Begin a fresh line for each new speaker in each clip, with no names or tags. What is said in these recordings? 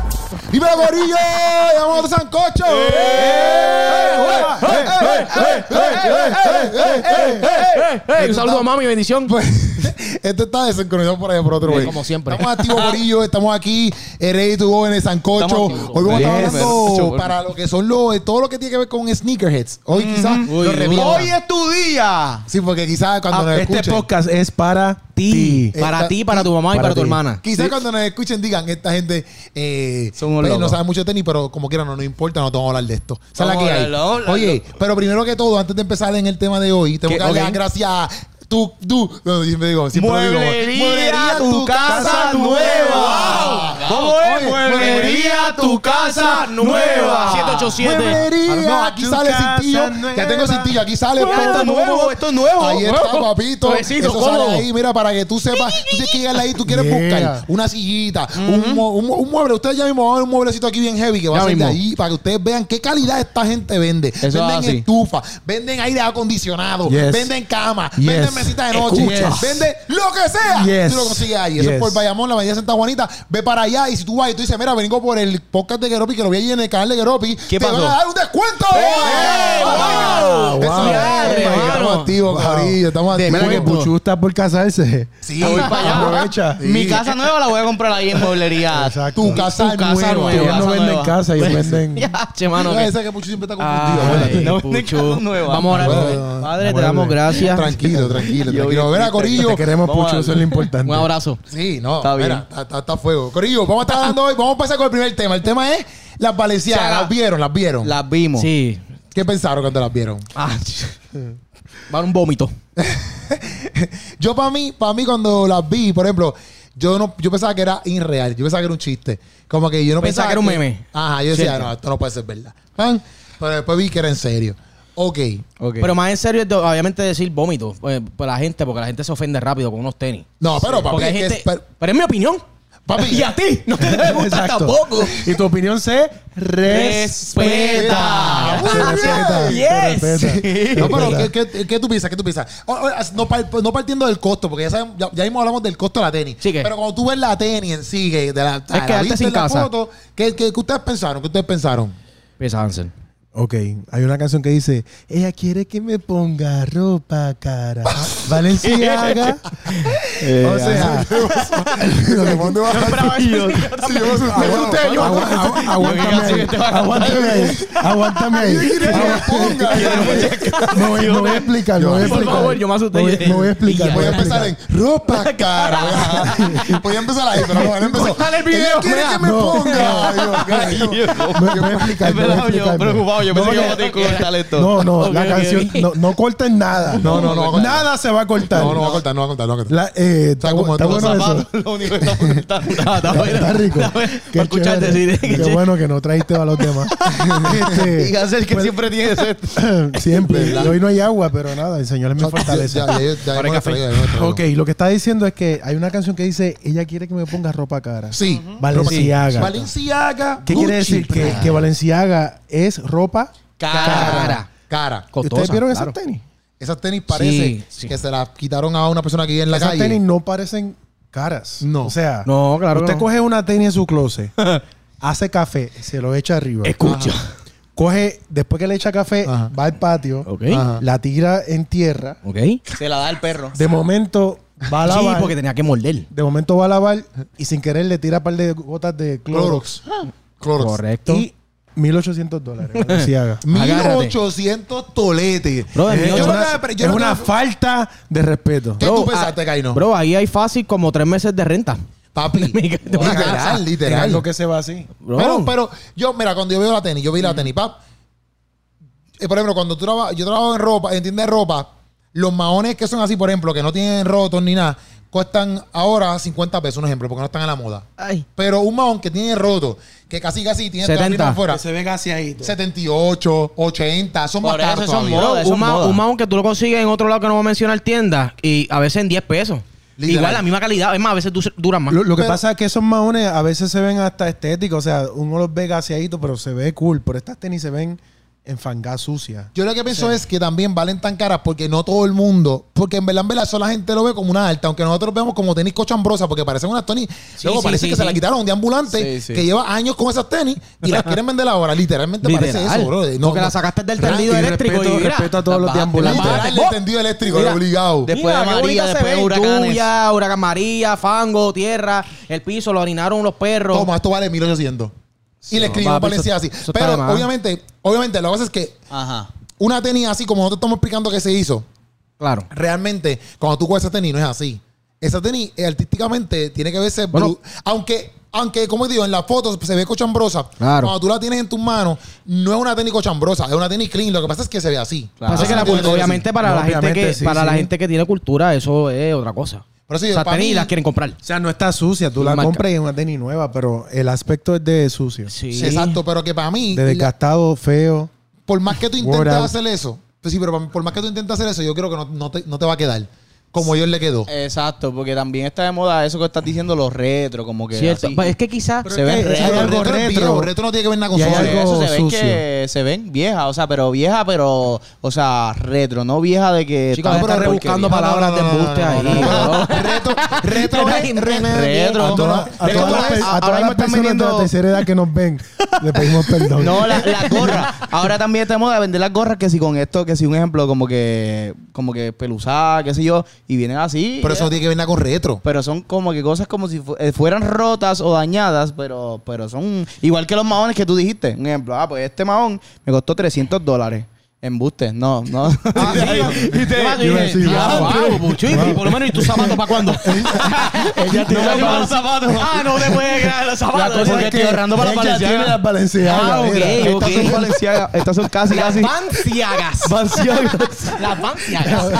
Colombia, gorillo. Y vamos a Eh, otro sancocho. eh,
eh,
Un saludo a mami, bendición.
Pues, Esto está desincronizado por allá por otro
Sí,
güey.
como siempre.
Estamos activos, gorillo. Estamos aquí. eh, Ready to go en el sancocho.
Estamos activos.
Hoy vamos a estar
Yes.
hablando para lo que son los, todo lo que tiene que ver con sneakerheads. Hoy quizás
Uy, Ah,
lo repito.
uy.
Hoy es tu día.
Sí, porque quizás cuando nos
este
escuchen.
podcast es para ti.
Eh,
Para
está-
ti, para tu mamá y
para
para tu
ti.
hermana.
Quizás cuando nos escuchen digan, esta gente eh,
Son unos
pues, no
locos.
sabe mucho de tenis, pero como quieran, no nos importa, no vamos a hablar de esto. Esa es la
Vamos
que
a
hay.
hablarlo, vamos a hablarlo.
Oye, pero primero que todo, antes de empezar en el tema de hoy, tengo
¿Qué?
que dar
Ok.
las gracias a tu, tú, no, siempre digo, siempre lo digo,
Mueblería,
Mueblería
tu casa nueva.
Wow.
¿Cómo es?
Oye,
Mueblería, tu casa nueva.
787.
Mueblería,
Armó
aquí
tu
sale
casa
cintillo. Ya
nueva.
tengo cintillo, aquí sale.
Esto es
Pum, pum,
nuevo,
pum.
esto es nuevo.
Ahí está,
Nuevo.
papito.
Nuevecito,
Eso sale
cómodo.
ahí, mira, para que tú sepas. Tú tienes que llegar ahí, tú quieres
Yeah.
buscar una sillita, un, mo- un, mo- un mueble. Ustedes ya mismo van a ver un mueblecito aquí bien heavy que va
Ya
a ser de
mismo.
ahí para que ustedes vean qué calidad esta gente vende.
es
venden
así.
estufa, venden aire acondicionado,
Yes.
venden cama,
Yes.
venden mesitas de noche,
Escucha.
venden lo que sea.
Yes.
Tú lo consigues ahí. Eso es
Yes.
por Bayamón, la avenida Santa Juanita. Ve para allá y si tú vas y tú dices, mira, vengo por el podcast de Geropi, que lo vi ahí en el canal de Geropi,
¿Qué
te
pasó?
van a dar un descuento.
¡Eh!
¡Wow!
¡Wow!
Eso
¡Wow!
es,
¡Diadre,
hermano!
hermano!
Estamos activos, cabrillo, estamos activos.
Mira que Puchu está por casarse.
Sí,
Voy para allá.
Aprovecha.
Mi casa nueva la voy a comprar ahí en mueblería.
Exacto.
Tu casa
Tu casa
nueva.
nueva.
Ellos no
casa
venden
nueva.
casa, ellos venden.
Ya, che, mano.
Mira
que-
esa que Puchu siempre está confundido.
Ay,
acuérdate.
No venden
Puchu.
casa nueva.
Vamos a
Bueno,
orar. Padre, te
mueble.
damos gracias.
Tranquilo, tranquilo, tranquilo. Verá, Corillo.
Te queremos,
Vamos a
Puchu, eso es
darle.
lo importante.
Un abrazo.
Sí, no,
Está bien.
mira, está, está- está a fuego. Corillo, vamos a estar hablando hoy, vamos a pasar con el primer tema. El tema es las valencianas.
O sea,
las vieron, las vieron.
Las vimos.
Sí.
¿Qué pensaron cuando las vieron?
Ah, va a un vómito.
Yo para mí, para mí cuando las vi, por ejemplo, yo no, yo pensaba que era irreal, yo pensaba que era un chiste, como que yo no
Pensaba
pensaba,
que era un meme.
Ajá, yo decía,
Cierto.
no, esto no puede ser verdad. ¿Ven? Pero después vi que era en serio. Ok.
Ok.
Pero más en serio, es de- obviamente decir vómito pues, para la gente, porque la gente se ofende rápido con unos tenis.
No, pero papi,
Porque hay
es que
gente.
es- per-
Pero es mi opinión.
Papi.
Y a ti. No te debe gustar
Exacto.
tampoco.
Y tu opinión se
Respeta.
respeta.
Muy
Se
bien.
respeta, se
Yes.
respeta.
No, pero
Respeta.
¿qué, qué, qué tú piensas? ¿Qué tú piensas? O- o, as- no, par- no partiendo del costo, porque ya, sabemos, ya, ya mismo hablamos del costo de la tenis.
Sí, ¿qué?
Pero cuando tú ves la tenis en sí, que de la, la
quedarte
viste
sin
en la
casa.
foto, ¿qué, qué, qué ustedes pensaron? ¿Qué ustedes pensaron?
Pesa Hansen.
Ok, hay una canción que dice, ella quiere que me ponga ropa cara. Valenciaga. Eh,
O sea,
ajá.
¿dónde vas? Sí, yo me
Ah,
asusté.
Agua- agua- Aguántame ahí. Aguántame ahí. Aguántame ahí. Aguántame. Me voy- me voy a explicar. me voy
Por
a explicar.
favor, yo me asusté.
Me voy- Me voy a
Y
explicar.
ya.
me
Voy a
explicar.
empezar en ropa cara. Voy a empezar ahí, pero no, no empezó.
Dale el video,
Ella quiere
mira.
que me
No.
ponga. Ay, Dios, Dios.
Me voy a explicar. me voy a explicar.
pensé que iba a tener que cortar esto.
No, no, la
Ok, ok.
canción no, no corten nada.
No, no, no va a cortar.
Nada se va a cortar.
No, no va a contar, no va a contar, no va a contar.
La- eh, está,
como
bu- está
todos
bueno
los
eso.
Lo único que estamos contando.
Está rico.
Qué escucharte, sí.
chévere.
de-
Qué bueno que no trajiste a los demás. Este,
Y Gansel, que
pues,
siempre tienes esto.
siempre. Y hoy no hay agua, pero nada, el Señor es mi
Ya,
fortaleza.
ya, ya, ya,
Ahora
hemos
café.
traído, ya hemos traído.
Ok, lo que está diciendo es que hay una canción que dice, ella quiere que me ponga ropa cara.
Sí.
Valenciaga.
Valenciaga.
¿Qué quiere decir? Que, que Valenciaga es ropa.
Cara.
Cara.
¿Ustedes
Costosa,
vieron
claro.
esas tenis?
Esas tenis parece
Sí, sí.
que se las quitaron a una persona que vive en la
Esas
calle.
tenis no parecen caras.
No.
O sea,
No, claro
usted
que no.
coge una tenis en su closet, hace café, se lo echa arriba.
Escucha.
Coge, después que le echa café,
Ajá.
va al patio,
Ok.
Ajá.
la tira en tierra.
Ok.
Se la da el perro.
De momento va a
Sí,
lavar.
porque tenía que morder.
De momento va a lavar y sin querer le tira un par de gotas de Clorox.
Clorox. Clorox.
Correcto.
Y 1800 dólares. Valenciaga.
1800 toletes.
Bro, de
Eh, yo
es
no
una,
te- pero yo
es
no te-
una falta de respeto.
¿Qué
Bro, ah,
tú pensaste, Caino?
Bro, ahí hay fácil como tres meses de renta.
Papi.
Amiga, te voy a
Literal,
Es
literal.
algo que se va así.
Bro.
Pero, pero yo, mira, cuando yo veo la tenis, yo vi la tenis, pap. Eh, por ejemplo, cuando tú traba- yo trabajo en ropa, en tienda de ropa, los maones que son así, por ejemplo, que no tienen rotos ni nada, cuestan ahora 50 pesos, un ejemplo, porque no están a la moda.
Ay.
Pero un maón que tiene roto, que casi casi tiene toda la
70.
mitad afuera,
ve casi ahí.
78, 80, son
Por
más
eso
caros
son
todavía.
moda.
Bro,
eso
un,
es
ma-
moda.
un maón que tú lo consigues en otro lado que no va a mencionar tienda y a veces en 10 pesos.
Literal.
Igual la misma calidad. Es más, a veces du- duran más.
Lo, lo que
Pero-
pasa es que esos maones a veces se ven hasta estéticos. O sea, uno los ve gaseaditos, pero se ve cool. Pero estas tenis se ven en fangá sucia.
Yo lo que pienso es que también valen tan caras porque no todo el mundo, porque en verdad, en verdad, eso la gente lo ve como una alta, aunque nosotros vemos como tenis cochambrosa, porque parecen unas tenis. Luego
sí,
parece
sí,
que se
sí.
la quitaron de ambulante,
Sí, sí.
que lleva años con esas tenis y las quieren vender ahora. Literalmente parece
Literal.
eso, bro. No,
Porque
no.
la sacaste del
Ra-
tendido
y
eléctrico
respeto-
y mira,
respeto a todos los
las bajaste, las
deambulantes.
Literal,
bajaste.
el tendido eléctrico,
Mira.
obligado.
Después de
qué
María,
bonita se
después de
ve,
huracanes.
Lluvia, huracán María, fango, tierra, el piso, lo orinaron los perros.
Toma, esto vale 1800. Y le escribió
papi,
a Valencia así.
eso- eso está
Pero
de más.
obviamente, obviamente, lo que pasa es que
Ajá.
una tenis así, como nosotros estamos explicando que se hizo,
Claro.
realmente, cuando tú coges esa tenis, no es así. Esa tenis eh, artísticamente tiene que verse.
Bueno.
bru- aunque, aunque, como digo, en las fotos se ve cochambrosa.
Claro.
Cuando tú la tienes en tus manos, no es una tenis cochambrosa, es una tenis clean. Lo que pasa es que se ve así.
Pasa
Así
que la
se entiende
cultura, obviamente, para,
No,
la, gente
obviamente,
que,
sí,
para la
sí.
gente que tiene cultura, eso es otra cosa.
Pero sí,
o sea,
para
tenis
mí-
las quieren comprar.
O sea, no está sucia, tú la
Marca.
compras y es una tenis nueva, pero el aspecto es de sucio.
Sí.
Sí, Exacto, pero que para mí,
De desgastado, feo.
por más que tú
Word
intentes
out.
hacer eso, pues sí, pero pa- por más que tú intentes hacer eso, yo creo que no, no te, no te va a quedar como yo le quedó.
Exacto, porque también está de moda eso que estás diciendo, los retro, como que.
Cierto.
así.
pues,
Pero es que quizás
Pero
se
es
ve
Sí,
que-
Eh, hay
pero
algo
retro es
retro.
viejo, retro no tiene que ver nada con
Y hay
su
Por
algo
eso se ven
sucio.
que se ven viejas, o sea, pero vieja, pero, o sea, retro, no vieja de que.
Chicos,
están
pero
por
rebuscando
porquería.
palabras de embuste ahí.
Retro, retro es
Retro.
A, toda- a
Pero
todas
ahora
las pe-
mismo
a todas las personas
están
de
vendiendo-
la tercera edad que nos ven, le pedimos perdón.
No, la, la gorra. Ahora también está de moda vender las gorras que si con esto, que si un ejemplo como que como que peluzada, qué sé yo, y vienen así.
Pero eso no tiene que ver nada con retro.
Pero son como que cosas como si fu- eh, fueran rotas o dañadas, pero, pero son igual que los maones que tú dijiste. Un ejemplo, ah, pues este maón me costó 300 dólares. Embuste, no, no.
Yo iba a decir,
Ah,
wow.
wow, Puchu, y por lo menos, ¿y tus zapatos para cuándo?
Ella tiene las
los zapatos. Ah, no te puedes quedar los
La cosa es
porque
que
estoy ahorrando para la
Ella tiene
Balenciaga.
las Balenciaga,
Ah, ok.
mira.
Ey,
estas
ok.
son Balenciaga, estas son casi,
Las
casi.
Banciagas.
Balenciagas.
Las Banciagas.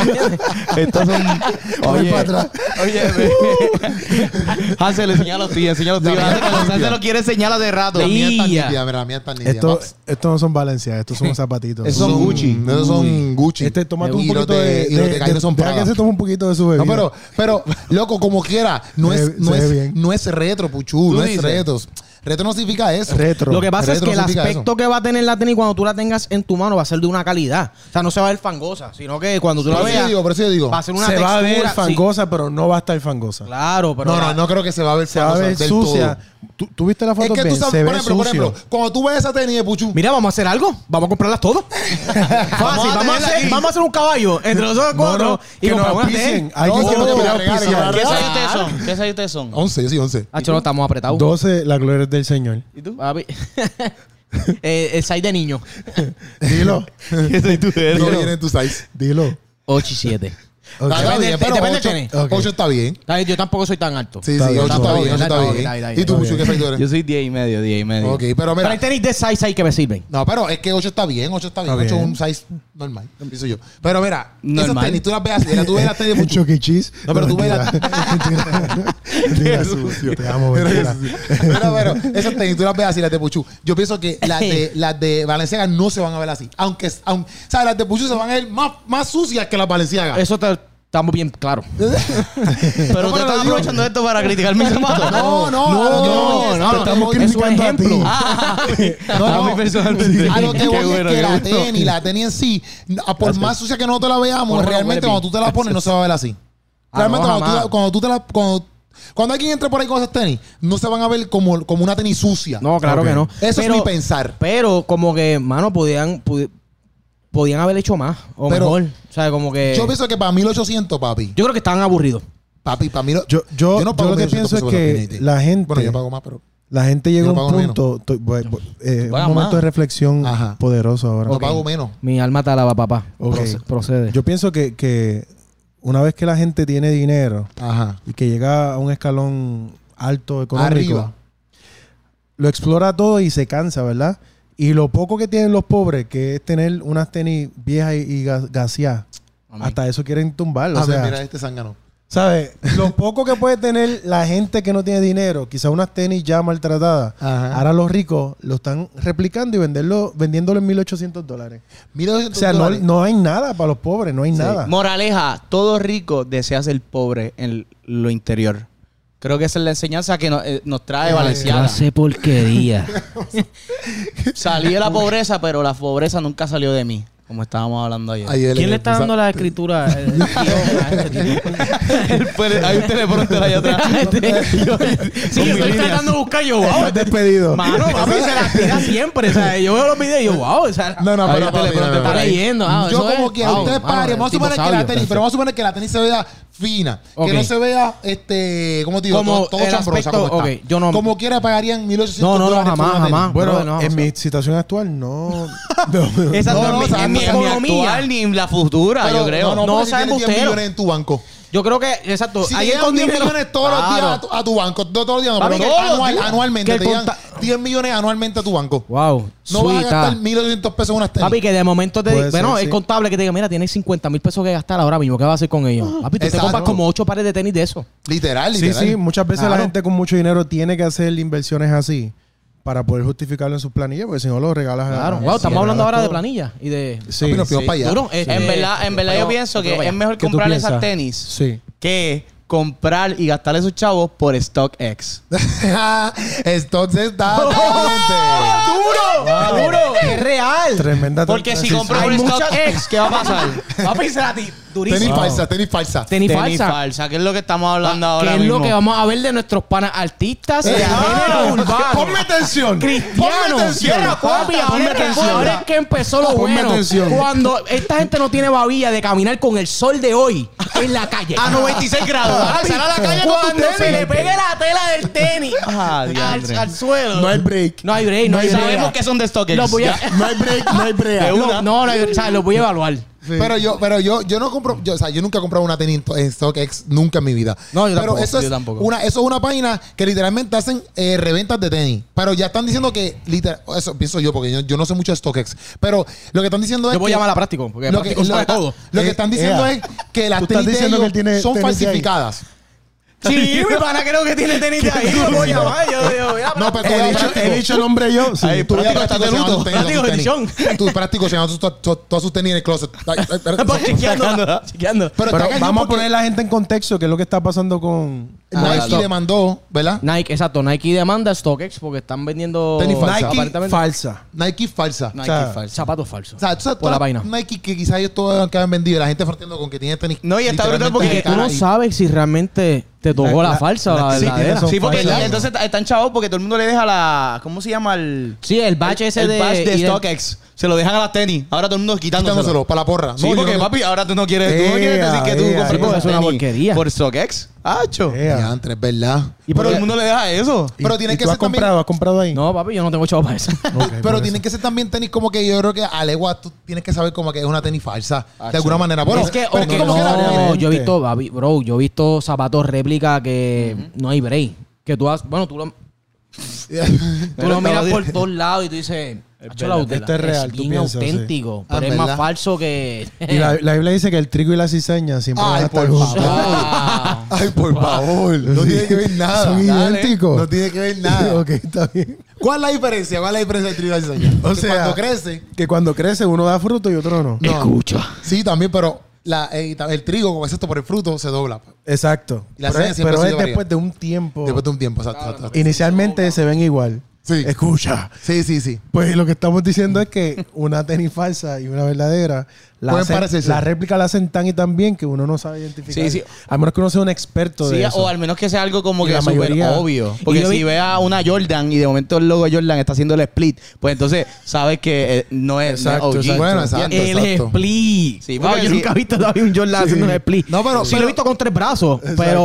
Estas son.
Voy
Oye,
para atrás.
oye,
Uh,
ve. Hansel, enseña los tuyos, enseña los tuyos.
La mía está
Hansel
limpia.
lo quiere señalar de rato.
La mía es tan
Ella.
nítida, mira, la mía es tan nítida.
Esto-
Paps.
Estos no son Balenciaga, estos son zapatitos.
Esos son Gucci.
Esos son Gucci.
Este, tómate un
Y los
poquito
de-
de...
y los de Kanye son
deja que
Prada.
se tome un poquito de su bebida.
No, pero, pero, loco, como quiera, no
Se
es,
ve-
no
se ve
es,
bien.
no es retro, puchu, no es retro. Retro no significa eso.
Retro.
Lo que pasa es
Retro
que el
significa
aspecto que va a tener la tenis cuando tú la tengas en tu mano va a ser de una calidad. O sea, no se va a ver fangosa, sino que cuando tú
Por eso
la
yo
veas
digo, por eso yo digo.
va a ser una
se va a ver
textura, sí.
fangosa, pero no va a estar fangosa.
Claro, pero
no, no, no creo que se va a ver
Se va a
famosa
ver
del
sucia.
todo.
¿Tú, tú viste la
Es
foto?
que
bien?
tú sabes,
se
por
ve
ejemplo, por
sucio.
ejemplo, cuando tú ves esa tenis de puchu,
Mira, vamos a hacer algo. Vamos a comprarlas todas. Fácil.
a
Vamos a,
tenerla
hacer,
aquí.
vamos a hacer un caballo entre nosotros
No,
cuatro
no,
y
que nos
compramos una
auspicien.
tenis.
Alguien
No,
que nos
que
quiera
la regale,
auspiciar.
la
¿Qué
regale.
seis ustedes son? ¿Qué seis ustedes son?
11, sí, 11.
Hacho, no, Ah, estamos apretados.
12, la gloria es del Señor.
¿Y tú?
Papi. Eh, el 6 de niño.
Dilo,
¿Qué soy tú?
No
Pero-
viene en tu size.
dilo.
8 y 7.
Ok.
Está
Depende-
bien, pero
depende del
ocho-
tenis.
ocho
Ok.
está bien.
Yo tampoco soy tan alto.
Sí,
Está
sí,
bien,
8
está
está
bien,
bien, ocho
está bien,
está
está
bien.
bien,
¿Y tú,
está
puchu, qué efecto
Yo
eres?
soy 10 y medio, 10 y medio.
Ok, pero
Pero hay
mira.
tenis de 6, 6 que me sirven.
No, pero es que 8 está bien, 8 está bien.
Está
8 es
bien.
un size normal, pienso yo. Pero mira, esas
Normal.
tenis, tú las ves así, mira, tú ves las tenis de
El
puchu.
Chucky Cheese.
No, pero tú
mentira. Mentira. Mentira, sucio. Te amo, mentira.
Pero, pero, esas tenis, tú las ves así, las de Puchu. Yo pienso que las de, las de Valenciaga no se van a ver así. Aunque, aunque o sea, las de Puchu se van a ver más, más sucias que las Valenciaga.
Eso te- estamos bien claros.
Ah.
Pero
te
tú estás
digo-
aprovechando esto para criticar mi zapato.
No, no, no, no, no,
te estamos
no,
Es un
criticando a ti.
No,
ejemplo.
no.
A mí personalmente.
A lo que
Qué
voy es
bueno,
que
qué
la
bueno.
tenis, la tenis en sí, n- a por más sucia que nosotros la veamos,
Por lo menos
realmente
huele
cuando tú te la pones no se va a ver así.
Ah,
Realmente
no,
cuando, tú,
jamás.
la- cuando tú te la... Cuando, cuando alguien entre por ahí con esas tenis, no se van a ver como, como una tenis sucia.
No, claro
Ok.
que no.
Eso
Pero-
es mi pensar.
Pero como que, mano, podían, pudi- podían haber hecho más o
Pero-
mejor. O sea, como
eh.
que...
Yo pienso que para 1800, papi.
Yo creo que estaban aburridos.
Papi, para mí lo-
Yo, yo, yo lo que
1800
pienso es
pesos por
que
Infinity.
la gente,
Bueno, yo pago más, pero.
la gente llega a
yo
un
pago menos.
punto, to- voy- voy- eh, un
Paga
momento
más.
de reflexión
Ajá.
poderoso ahora.
No pago menos.
Mi alma te alaba, papá.
Ok.
Proce- procede.
Yo pienso que, que una vez que la gente tiene dinero
Ajá.
y que llega a un escalón alto económico,
Arriba.
lo explora todo y se cansa, ¿verdad? Y lo poco que tienen los pobres, que es tener unas tenis viejas y, y ga- gaseadas,
Amén.
hasta eso quieren tumbar.
Ah,
O sea,
mira, este zángano.
¿Sabes? Lo poco que puede tener la gente que no tiene dinero, quizá unas tenis ya maltratadas,
Ajá.
ahora los ricos lo están replicando y venderlo, vendiéndolo en 1.800 dólares. O
1800
sea, no,
dólares.
no hay nada para los pobres, no hay nada.
Moraleja, todo rico desea ser pobre en lo interior. Creo que esa es la enseñanza que nos, eh, nos trae Valenciana.
Clase porquería.
Salí de la pobreza, pero la pobreza nunca salió de mí, como estábamos hablando ayer.
Ayer
¿Quién le está
puso-
dando la escritura? eh, guión a este tipo?
El pele- hay un teleprompter allá atrás. Yo-
sí, yo estoy tratando de buscar yo, wow.
Estás despedido.
Mano, papi, se la tira siempre. O sea, yo veo los videos y yo, wow. O sea,
No, no,
Ahí
pero
está el
papi, no,
teleprompter
no,
está
no.
por ahí.
leyendo. ah,
Yo
eso
como
es-
que
wow,
a ustedes
mano,
pare, vamos a
el tipo
suponer que la
sabio.
tenis, pero vamos a suponer que la tenis se vea fina,
Ok.
que no se vea este, ¿cómo te digo?
Como
todo todo
el
chambrosa
aspecto-
como
ok,
está.
yo no-
Como quiera pagarían 1800
No, no, no,
dólares por
jamás,
una tenis.
jamás.
Bueno,
Brother, no,
en
o sea-
mi situación actual, no. no, no.
Exacto,
No, no,
en mi- en mi
exacto, exacto.
economía.
Actual ni la futura,
Pero
yo creo.
No, no,
No,
porque si
saben
tienes 10
ustedes.
millones en tu banco.
Yo creo que, exacto.
Si te
ahí es
llegan
con
10
dinero-
millones todos los días a
Claro.
tu, a tu banco, no todos los días, no,
Papi,
pero
que todos los
anual-
días.
anualmente
Que
te
el
llegan
conta-
10 millones anualmente a tu banco.
Wow.
No vas a
suita.
gastar 1800 pesos en unas tenis.
Papi, que de momento te
Puede
di-
ser,
Bueno,
sí.
el contable que te diga, mira, tienes 50 mil pesos que gastar ahora mismo. ¿Qué vas a hacer con ellos? Papi, tú te
Ah. Exacto.
compras como 8 pares de tenis de eso.
literal,
Sí,
literal.
sí, muchas veces la
Claro.
gente con mucho dinero tiene que hacer inversiones así para poder justificarlo en sus planillas, porque si no lo regalas a-
Claro.
a-
Wow,
si
estamos
lo
hablando
regalas
ahora de
todo.
planilla y de.
Sí,
Papi, nos fuimos
sí.
para allá.
Duro, este,
En verdad, en verdad
pero-
yo pienso
pero
que
vaya.
es mejor
¿Qué tú
comprar esas
piensas?
tenis
Sí.
que comprar y gastar esos chavos por StockX.
Entonces está
¡Duro! ¡Duro!
Es real.
Tremenda
Porque si
transición.
compro por
Hay muchas-
StockX, ¿qué va a pasar?
Papi, será ti- durísimo.
Tenis falsa, tenis falsa.
Tenis falsa.
falsa, que es lo que estamos hablando
Que
ahora
Ah, es lo
mismo.
que vamos a ver de nuestros panas artistas
Eh,
de
ah,
género urbano.
Ponme atención.
Cristiano, cierra papi, ahora es, que, ahora es que empezó lo
Ponme
bueno.
atención.
Cuando esta gente no tiene babilla de caminar con el sol de hoy en la calle.
A 96 Ah, grados. Ah,
Papi,
sal a la calle con tu
cuando
tenis.
se le pegue la tela del tenis
Ah,
al,
diantre.
al suelo.
No hay break.
No hay break, no hay break.
Sabemos que son de StockX.
Los voy a-
No hay break, no hay
De
break.
una.
No, no, no, hay- o sea, los voy a evaluar.
Pero yo, pero yo, yo no compro, yo, o sea, yo nunca he comprado una tenis en StockX, nunca en mi vida.
No, yo
pero
tampoco,
Eso es
yo tampoco.
Una, eso es una página que literalmente hacen eh, reventas de tenis. Pero ya están diciendo que, literal, eso pienso yo, porque yo, yo no sé mucho de StockX. Pero lo que están diciendo es
Yo voy
que-
a llamar a práctico, porque
lo que,
práctico
lo-
sabe todo.
lo que
Eh,
están diciendo
ea.
es que las
Tú
tenis
estás
de
diciendo
ellos
que él tiene
son
tenis de ahí.
falsificadas.
Sí, mi pana creo que tiene tenis de ahí. Lo voy a llamar, yo, yo, yo.
No, pues, pero tú
He
eres
dicho, he
práctico.
dicho el hombre yo. Sí.
Tú eres
práctico
práctico
está de luto.
llevando tus tenis,
Práctico
llevando tus tenis. Tú práctico llevando tus- tus- todas sus tenis en el closet. Ay, ay, ay,
Voy chequeando, chequeando.
Pero,
Pero
está cañón
vamos a
porque
poner a la gente en contexto, que es lo que está pasando con...
Nike
Ah, no.
demandó, ¿verdad?
Nike, exacto. Nike demanda a StockX porque están vendiendo
Tenis falsa.
Nike aparentemente,
falsa.
Nike falsa.
Nike
O sea,
falsa. zapatos falsos.
O sea, tú sabes,
Por la
todas
vaina.
Nike que quizás ellos todos que han vendido y la gente fronteando con que tiene tenis.
No, y está brutal
literalmente
porque
de
Tú
cara
no
y-
sabes si realmente te tocó la,
la-
falsa o
la-
la
sí,
verdadera.
tienes razón.
Sí, porque
Falsa.
entonces están chavos porque todo el mundo le deja la... ¿Cómo se llama el...?
Sí, el batch ese
el
de...
badge de
y del-
StockX. Se lo dejan a las tenis. Ahora todo el mundo quitándoselo.
Quitándoselo para la porra.
Sí,
No, yo
porque
no-
papi, ahora tú no quieres, tú no quieres
Ea,
decir que tú
ea,
compraste
ea.
una
Es una
tenis
porquería.
Por StockX. Hacho.
Ya,
Ea.
Andrés, es verdad.
Y
Pero
por
todo el
el-
mundo le deja eso.
Eh, ¿Y-
Pero tiene
y
que
tú
ser
has
también-
comprado, has comprado ahí.
No, papi, yo no tengo chavo para eso.
Ok, por
Pero
eso.
tienen que ser también tenis como que yo creo que a legua tú tienes que saber como que es una tenis falsa. de alguna manera. Bueno,
es que,
pero
ok,
como
no,
que la-
realmente.
yo he visto, papi, bro, yo he visto zapatos réplica que no hay break. Que tú has, bueno, tú lo, tú lo miras por todos lados y tú dices, "Acho, la
verdad,
autela-
esto es real, tú
bien
piensas, sí.
auténtico,
Ah,
pero es
¿verdad?
más falso que...
Y la, la Biblia dice que el trigo y la cizaña siempre van
Ay,
a estar
por
juntos.
favor.
Wow.
Ay, por favor. No tiene que ver nada.
Son
Dale.
idénticos.
No tiene que ver nada.
ok, está bien.
¿Cuál es la diferencia? ¿Cuál es la diferencia entre trigo y cizaña?
O
Que
sea-
cuando crece.
Que cuando crece uno da fruto y otro no.
No.
Escucha.
Sí, también, pero la- eh, el trigo, como es esto por el fruto, se dobla.
Exacto.
Y la
Pero
cizaña
es,
siempre
pero
ha
es
sido
después
variada.
de un tiempo.
Después de un tiempo. exacto, exacto, exacto.
Inicialmente se ven igual.
Sí.
Escucha.
Sí, sí, sí.
Pues lo que estamos diciendo es que una tenis falsa y una verdadera, la,
Pueden
hacen-
parecerse.
la réplica la hacen tan y tan bien que uno no sabe identificar.
Sí, sí.
A menos que uno sea un experto
Sí,
de eso.
o al menos que sea algo como
Y
que
la
súper
mayoría-
obvio.
Y
Porque
yo
si
vi-
ve a una Jordan y de momento el logo de Jordan está haciendo el split, pues entonces sabes que eh, no es, no es
Exacto,
OG.
exacto.
Bueno, exacto.
El
exacto.
split.
Sí,
Wow,
porque
yo
sí.
nunca he visto todavía un Jordan haciendo un split.
No, pero-
Sí
pero-
lo he visto con tres brazos,
Con
pero
tres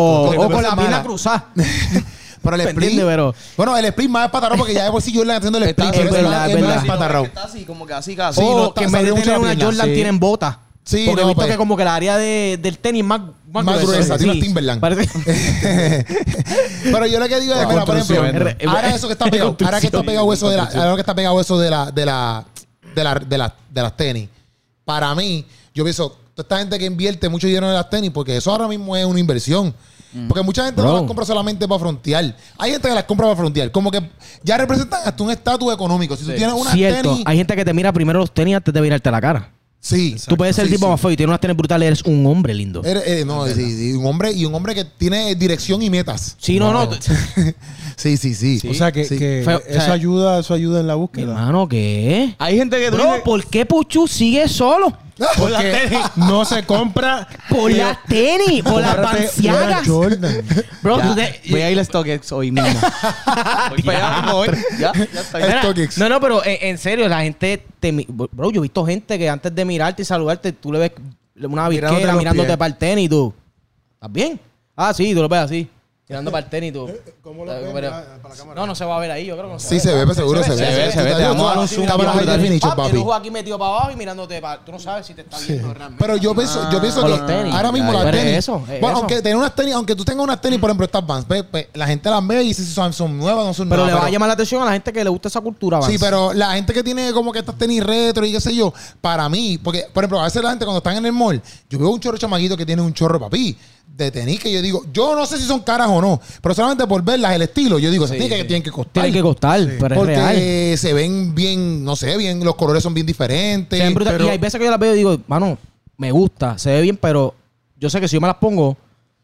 o con
brazos
la
mala.
pierna cruzada.
Pero el
¿Me
split.
entiendes? Pero-
Bueno, el split más es patarrón porque ya de por sí yo le haciendo el split.
Está-
pero
es
ese
verdad,
más-
es
ese más
verdad.
es patarrón.
Está así, como que así, casi.
o
no, está-
que en vez de
salió mucho
tener
la
una
pierna,
Jordan
sí.
tienen botas.
Sí,
porque
no,
he visto
pues.
que como que la área de- del tenis más, más,
Más gruesa, tiene unas Timberland.
Parece-
pero yo lo que digo es, mira, por ejemplo,
Construcción.
ahora eso que está pegado, ahora que está pegado eso de la, ahora que está pegado eso de la, de la, de la, de la- de las tenis. Para mí, yo pienso, toda esta gente que invierte mucho dinero en las tenis, porque eso ahora mismo es una inversión. Porque mucha gente no
Bro.
las compra solamente para frontear. Hay gente que las compra para frontear. Como que ya representan hasta un estatus económico. Si tú tienes una
Cierto,
tenis.
hay gente que te mira primero los tenis antes de mirarte la cara.
Sí.
Tú puedes ser el
Sí, sí.
tipo
Eh,
más feo y tienes unas tenis brutales, eres un hombre lindo.
Eres- eres- no, sí, sí, un hombre y un hombre que tiene dirección y metas.
Sí, no, no.
Sí, sí, sí.
O sea que,
Sí.
que
Feo, o
eso
sea-
ayuda, eso ayuda en la
Mi
búsqueda.
hermano, ¿qué?
Hay gente que
Bro, ¿por qué Puchu sigue solo?
por la
Porque no se compra
Por
pero-
las tenis, por las
Cómprate
panciagas.
una Jordan.
Bro, tú te-
Voy a ir a StockX hoy mismo. Voy a- me voy. Ya, ya está.
Mira, StockX.
No, no, pero en, en serio, la gente te mi- Bro, yo he visto gente que antes de mirarte y saludarte, tú le ves una
Mirándote
visquera
los
mirándote
pies.
para el tenis y tú. ¿Estás bien? Ah, sí, tú lo ves así. Mirando para el tenis y tú.
Eh, ¿Cómo lo ves?
Pero-
Mira, para la cámara.
No, no se va a ver ahí, yo creo que no se
Sí,
ve.
se ve, pero seguro se ve.
se ve, se ve, te
Está-
vamos a dar un
está
zoom
para
bien
high
brutal.
definition,
Ah, el
papi.
ojo aquí metido para abajo y mirándote para... Tú no sabes si te está viendo realmente.
Pero yo pienso, yo pienso
con
que
los tenis.
ahora mismo
Ay,
las
pero
tenis.
es eso, es
bueno,
eso.
aunque tener unas tenis, aunque tú tengas unas tenis, por ejemplo, estas Vans, pe- pe- la gente las ve y dice si son, son nuevas, no son
Pero le
nuevas.
va a llamar la atención a la gente que le gusta esa cultura.
Sí,
Vance.
pero la gente que tiene como que estas tenis retro y qué sé yo, para mí, porque, por ejemplo, a veces la gente cuando están en el mall, yo veo un chorro de chamaquito que tiene un chorro de papi de tenis que yo digo, yo no sé si son caras o no, pero solamente por verlas, el estilo, yo digo, esas tenis que tienen que costar.
Tiene que costar, pero es real.
porque se ven bien, no sé, bien, los colores son bien diferentes.
Se ven brutal.
pero-
y hay veces que yo las veo y digo, mano, me gusta, se ve bien, pero yo sé que si yo me las pongo,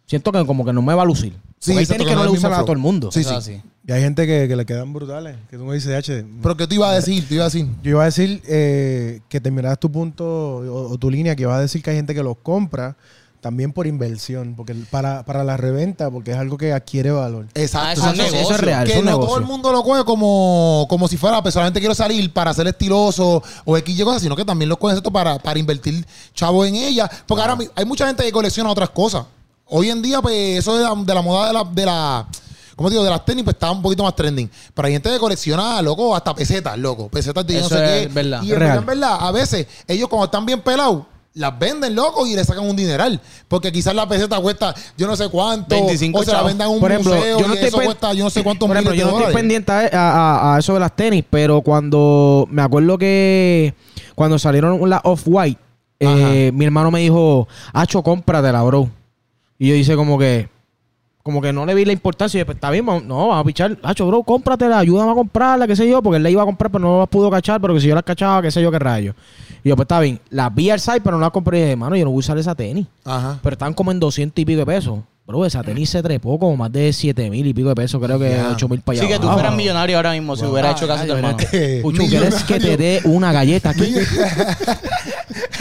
siento que como que no me va a lucir.
Sí,
Porque hay
exacto,
tenis
que no
que no
es
le
el mismo
usan a
flow.
todo el mundo.
Sí,
Eso
sí.
es así.
Y hay gente que, que le quedan brutales. Que tú me dices, H,
Pero que tú ibas a decir, tú ibas a decir.
yo iba a decir eh, que terminarás tu punto o, o tu línea, que iba a decir que hay gente que los compra también por inversión, porque el- para, para la reventa, porque es algo que adquiere valor.
Exacto.
Ah, eso es
Exacto.
negocio. Eso es real,
Que
eso es
no
negocio.
todo el mundo lo coge como, como si fuera, pues solamente quiero salir para ser estiloso o X y cosas, sino que también lo cogen esto para, para invertir chavo en ella. Porque ahora mi- hay mucha gente que colecciona otras cosas. Hoy en día, pues, eso de la, de la moda de la, de la. ¿Cómo te digo? De las tenis, pues está un poquito más trending. Pero hay gente que colecciona, loco, hasta pesetas, loco. Pesetas de yo
Eso
no sé
es
qué.
verdad,
Y
es
en
real.
verdad, ¿verdad? A veces ellos cuando están bien pelados, las venden, loco, y le sacan un dineral. Porque quizás la peseta cuesta yo no sé cuánto.
25
o se la
chavos.
vendan a un
Por ejemplo,
museo
yo no
y
estoy
eso
pen-
cuesta yo no sé cuántos
Por ejemplo,
miles
yo
de
no estoy
dólares.
pendiente a, a- a- a eso de las tenis, pero cuando me acuerdo que cuando salieron las Off-White, eh, mi hermano me dijo, Hacho, cómpratela, bro. Y yo hice como que, como que no le vi la importancia. Y después, está bien, vamos- no, vamos a pichar. Hacho, bro, cómpratela, ayúdame a comprarla, qué sé yo, porque él la iba a comprar, pero no la pudo cachar, pero que si yo la cachaba, qué sé yo, qué rayo. Y yo, pues está bien, la vi al site, pero no la compré. Y dije, hermano, yo no voy a usar esa tenis.
Ajá.
Pero estaban como en 200 y pico de pesos. Bro, esa tenis se trepó como más de 7 mil y pico de pesos. Creo que
Ya.
8 mil para allá.
Sí, que tú
abajo.
fueras millonario ahora mismo si
Ah,
hubiera hecho caso a tu hermano.
Puchu, ¿quieres que te dé una galleta aquí?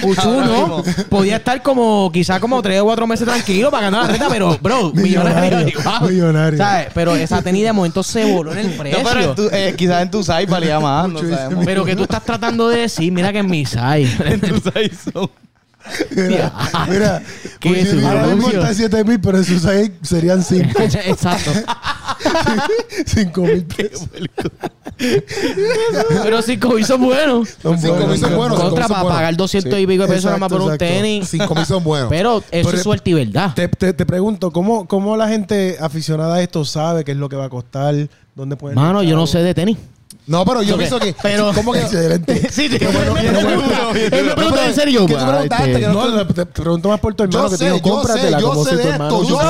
Puchu,
Ahora
no. Podía estar como, quizás como 3 o 4 meses tranquilo para ganar la renta, pero, bro, millonario.
Millonario, millonario.
¿Sabes? Pero esa tenis de momento se voló en el precio.
No, pero en tu- eh, quizás en tu site valía más, no sabemos.
Pero que tú estás tratando de decir, mira que en mi site.
En tu site son-
Mira, mira,
Qué
Puchu dijo, ahora mismo
sucio.
está 7 mil, pero eso serían 5
Exacto.
mil pesos.
Pero si hizo bueno.
Son
Cinco
buenos,
mil son buenos.
son buenos.
Contra
son
para
buenos.
pagar 200 y pico de pesos nada más
exacto,
por un
exacto.
tenis.
Cinco mil son buenos.
Pero eso
Pero-
es suerte y verdad.
Te, te- te pregunto, ¿cómo, ¿cómo la gente aficionada a esto sabe qué es lo que va a costar? ¿Dónde pueden
Mano, yo no
buscarlo?
sé de tenis.
no, pero yo pienso que. Pero, ¿Cómo que.?
Excelente.
Sí, sí.
Él me
pregunta en serio,
Ah,
Que tú preguntaste
este,
que no-
No, te, te pregunto más por tu hermano
Yo
que
sé,
te dijo,
yo
cómpratela
sé, yo
como
sé
si tu
de
hermano.
esto, yo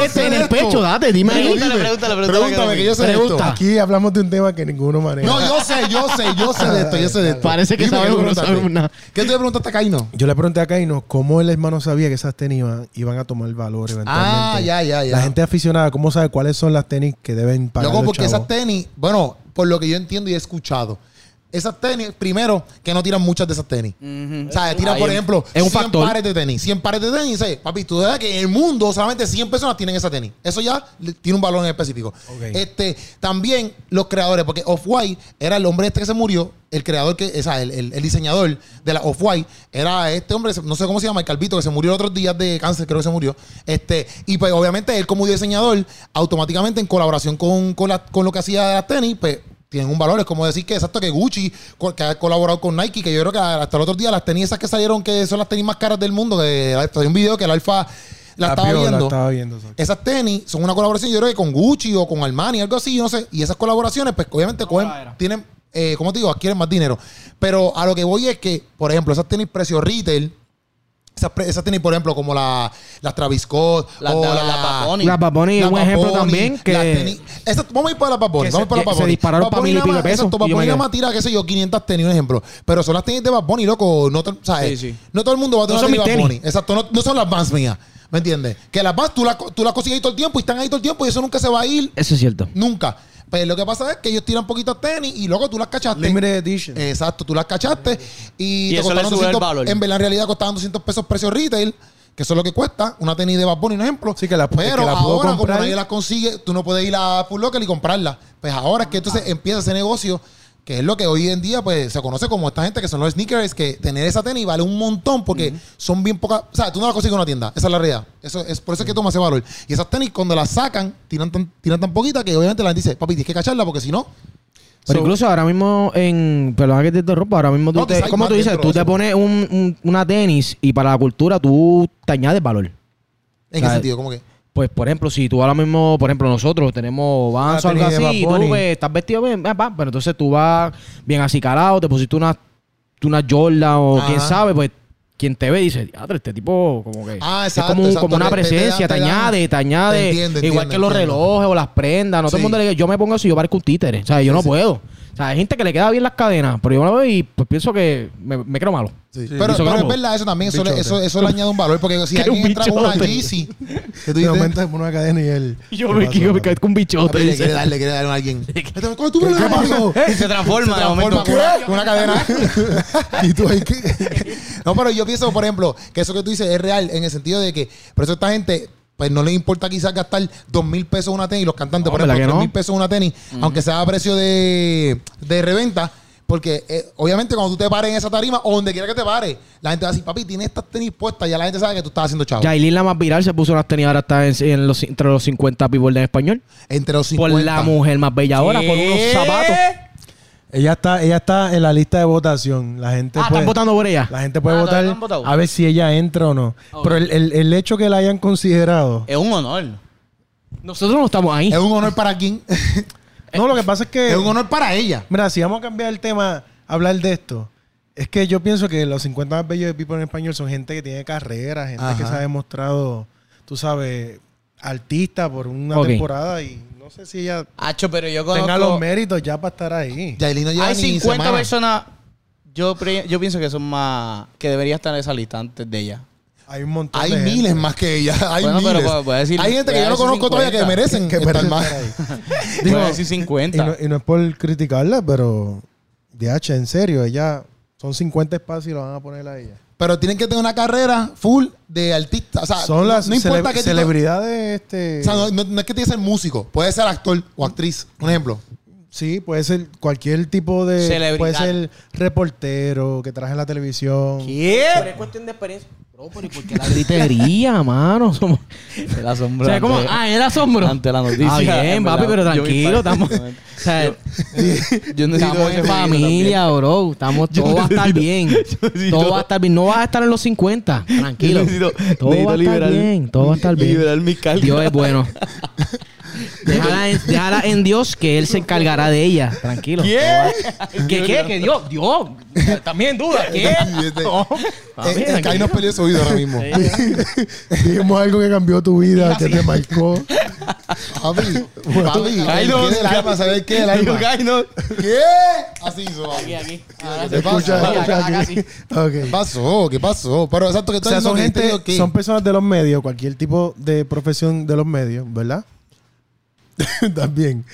sé.
este en el pecho, date, dime ahí.
Pregúntale, pregúntale, pregúntale.
Pregúntame que yo sé de esto.
Pregunta.
Aquí hablamos de un tema que ninguno maneja.
No, yo sé, yo sé, yo sé de esto, yo sé de esto.
Parece que
Dime, ¿qué
sabemos, no
preguntaste?
sabemos nada.
¿Qué tú le preguntaste a Caino?
Yo le pregunté a Caino cómo el hermano sabía que esas tenis iban, iban a tomar valor eventualmente.
Ah, ya, ya, ya.
La gente aficionada, ¿cómo sabe cuáles son las tenis que deben pagar?
Loco,
los
porque
chavos?
esas tenis, bueno, por lo que yo entiendo y he escuchado, esas tenis, primero, que no tiran muchas de esas tenis. O sea, tiran,
Ahí
por
es-
ejemplo,
es un
100
factor.
pares de tenis. 100 pares de tenis, ¿sabes? papi, tú sabes que en el mundo solamente 100 personas tienen esa tenis. Eso ya le- tiene un valor en específico.
Ok.
Este, también los creadores, porque Off-White era el hombre este que se murió, el creador que, o sea, el, el- el diseñador de la Off-White, era este hombre, no sé cómo se llama, el Calvito, que se murió otros días de cáncer, creo que se murió. Este, y pues obviamente él como diseñador, automáticamente en colaboración con, con, la- con lo que hacía de las tenis, pues tienen un valor. Es como decir que exacto que Gucci, co- que ha colaborado con Nike, que yo creo que hasta el otro día las tenis esas que salieron, que son las tenis más caras del mundo, que hasta hay un video que el Alfa la, estaba
vio,
viendo.
La estaba viendo. exacto.
Esas tenis son una colaboración, yo creo que con Gucci o con Armani, algo así, no sé. Y esas colaboraciones, pues obviamente cogen- tienen, eh, ¿cómo te digo? Adquieren más dinero. Pero a lo que voy es que, por ejemplo, esas tenis precio retail, Esas, pre- esas tenis, por ejemplo, como la, las Travis Scott
Las
o
de-
la,
las Bad Bunny.
La Paponi es
la
un
Bad
ejemplo
Bunny,
también que...
las tenis- esas- vamos a ir para la Bad Bunny,
que
vamos
se-
para la
que
Bad
se
Bunny.
dispararon
Bad
pa'
Bunny
mil y
nada
pico de
más-
pesos,
exacto, Bad
y yo me
Bunny nada
quedé.
más tira, qué sé yo, 500 tenis, un ejemplo. Pero son las tenis de Bad Bunny, loco. No, te- ¿sabes?
Sí, sí.
no todo el mundo va a tener
No son
una tenis
mis
Bad Bunny.
tenis.
Exacto, no, no son las Vans mías. ¿Me entiendes? Que las Vans tú las, co- tú las consigues ahí todo el tiempo y están ahí todo el tiempo y eso nunca se va a ir.
Eso es cierto.
Nunca. Pero lo que pasa es que ellos tiran poquitas tenis y loco, tú las cachaste.
Limited edition.
Exacto, tú las cachaste y,
Y eso le sube el valor.
En verdad, en realidad costaban 200 pesos precio retail, que eso es lo que cuesta. Una tenis de Bad Bunny, un ejemplo.
Sí, que la-
Pero
que la puedo
ahora, como
comprar.
nadie las consigue, tú no puedes ir a Full Locker y comprarla. Pues ahora es que entonces empieza ese negocio, que es lo que hoy en día pues se conoce como esta gente que son los sneakers, que tener esa tenis vale un montón porque son bien pocas. O sea, tú no la consigues en una tienda. Esa es la realidad. Eso es por eso es que toma ese valor. Y esas tenis, cuando las sacan, tiran tan, tiran tan poquita que obviamente la gente dice, papi, tienes que cacharla porque si no.
Pero
So-
incluso ahora mismo en... Perdón que te interrumpa. Ahora mismo tú
No,
te-
quizá hay
Como
más
tú dices,
dentro
tú
de
te
eso.
pones un- un- una tenis y para la cultura tú te añades valor.
¿En qué
Claro.
sentido? ¿Cómo que?
Pues, por ejemplo, si tú ahora mismo, por ejemplo, nosotros tenemos Vans o
Ah,
algo
tenis de
así, y
Bad
tú
Bunny.
ves, estás vestido bien, ah, pa, pero entonces tú vas bien acicalado, te pusiste una, una Jordan o
Ajá.
quién sabe, pues quien te ve dice, ah, este tipo como que
Ah,
es
exacto,
como, un-
exacto,
como una
te- te- te
presencia, te,
dan- te dan-
añade, te
Te
añade,
entiendo,
igual
entiendo,
que los
entiendo.
relojes o las prendas, no todo
Sí.
el mundo le yo me pongo eso y yo parezco un títere, o sea, yo no puedo. O sea, hay gente que le queda bien las cadenas, pero yo no veo y pues, pienso que me, me creo malo.
Sí.
Sí.
Pero,
Hizo
pero es
campo.
verdad, eso también, eso le,
Bichote.
eso, eso le añade un valor, porque si
Que
alguien
un
entra con una
bichote.
Yeezy, que tú
De
dices,
momento se pone una cadena y él.
Y yo
¿qué
me
pasó,
quedo me
mano?
cae con un bichote.
"Papi, le
dice.
quiere dar, le quiere dar a alguien. Este, ¿Cuál es tu problema?
¿Eh?
Se transforma de momento.
Forma, con- Con una cadena. y tú ahí que- No, pero yo pienso, por ejemplo, que eso que tú dices es real en el sentido de que, por eso esta gente, pues no le importa quizás gastar dos mil pesos una tenis, los cantantes,
No,
por
¿verdad
ejemplo,
que
dos
no?
mil pesos una tenis, aunque sea a precio de, de reventa. Porque eh, obviamente cuando tú te pares en esa tarima o donde quiera que te pares, la gente va a decir, papi, tienes estas tenis puestas, ya la gente sabe que tú estás haciendo chavo.
Yailin, la más viral, se puso unas tenis ahora está en, en los, entre los 50 people en español.
Entre los 50.
Por la mujer más bella ahora, por unos zapatos. Ah,
Ella está, ella está en la lista de votación. La gente
Ah, están
puede,
votando por ella.
La gente puede
Ah, todavía no han
votar
votado.
a ver si ella entra o no. Pero el, el- el hecho que la hayan considerado.
Es un honor.
Nosotros no estamos ahí.
Es un honor para quién.
No, lo que pasa es que.
es un honor para ella.
Mira, si vamos a cambiar el tema, hablar de esto. Es que yo pienso que los 50 más bellos de People en español son gente que tiene carrera, gente
Ajá.
que se ha demostrado, tú sabes, artista por una
Ok.
temporada y no sé si ella
Hacho, pero yo conozco...
tenga los méritos ya para estar ahí.
Yailin no lleva
Hay
ni
50
semana.
personas... Yo, pre- yo pienso que son más... Que debería estar en esa lista antes de ella.
Hay un montón
Hay
de gente.
miles más que ella. Hay
Bueno, pero
miles.
puedo- puedo decir-
hay gente que
puedo
yo no
decir
conozco todavía que
50.
merecen
que
estar
merecen
más.
estar ahí.
Digo, decir
Y
50.
no, y no es por criticarla, pero DH, en serio, ella son 50 espacios y lo van a poner a ella.
Pero tienen que tener una carrera full de artista. O sea,
son las
no importa
cele-
que
celebridades. Este,
O sea, no, no- no es que tiene que ser músico. Puede ser actor o actriz. Un ejemplo.
Sí, puede ser cualquier tipo de.
Celebridad.
Puede ser reportero que traje en la televisión.
¿Qué?
es cuestión de experiencia. Bro, pero ¿y por qué la gritería, mano? Somos-
El
o
asombro.
sea, como,
ante-
ah, el asombro.
Ante la noticia.
Ah, bien,
en
papi,
verdad,
pero
yo vi
tranquilo,
parte,
estamos.
exactamente.
o sea,
Yo
Estamos en familia, bro. Estamos,
Yo
todo va a estar
necesito-
bien.
yo necesito-
Todo va a estar bien. No vas a estar en los 50. Tranquilo.
necesito- necesito
todo va a estar
liberar-
bien. Todo va a estar bien.
liberar mi carga.
Dios es bueno. Déjala en, déjala en Dios que Él se encargará de ella. Tranquilo. ¿Qué? ¿Qué? ¿Qué Dios? Dios. También duda. ¿Qué? No.
Eh, eh,
mira,
Kai nos peleó su vida ahora mismo.
Dijimos algo que cambió tu vida, que te marcó.
Papi, papi,
Kai
el
no-
que del alma, ¿sabes qué? El
Digo,
alma.
Kai, no.
¿Qué? Así hizo. papi.
Aquí, aquí.
¿Qué
Escucha,
pasó?
acá,
escucha
acá
aquí.
sí.
¿Qué
Ok.
pasó? ¿Qué pasó? Pero exacto que
O
todo
sea, son gente,
que
son personas de los medios, cualquier tipo de profesión de los medios, ¿verdad? También.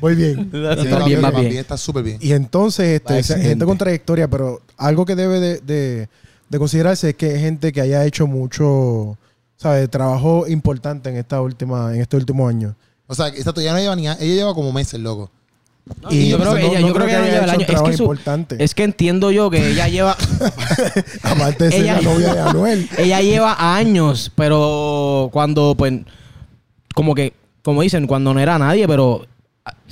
Muy bien.
Sí,
Está
papi,
bien,
papi,
papi.
Está súper bien.
Y entonces, este,
Va,
esa- gente
excelente.
con trayectoria, pero algo que debe de, de- de considerarse es que es gente que haya hecho mucho, ¿sabes? Trabajo importante en esta última, en este último año.
O sea, esta ya no lleva ni. a- Ella lleva como meses, loco.
Y yo creo que
no-
ella,
no
yo creo que ella no
haya
lleva
hecho un
el año. Es
trabajo
que, su-
importante.
es que entiendo yo que ella lleva,
Aparte de ser
Ella-
la novia de Anuel.
ella lleva años, pero cuando, pues, como que, como dicen, cuando no era nadie, pero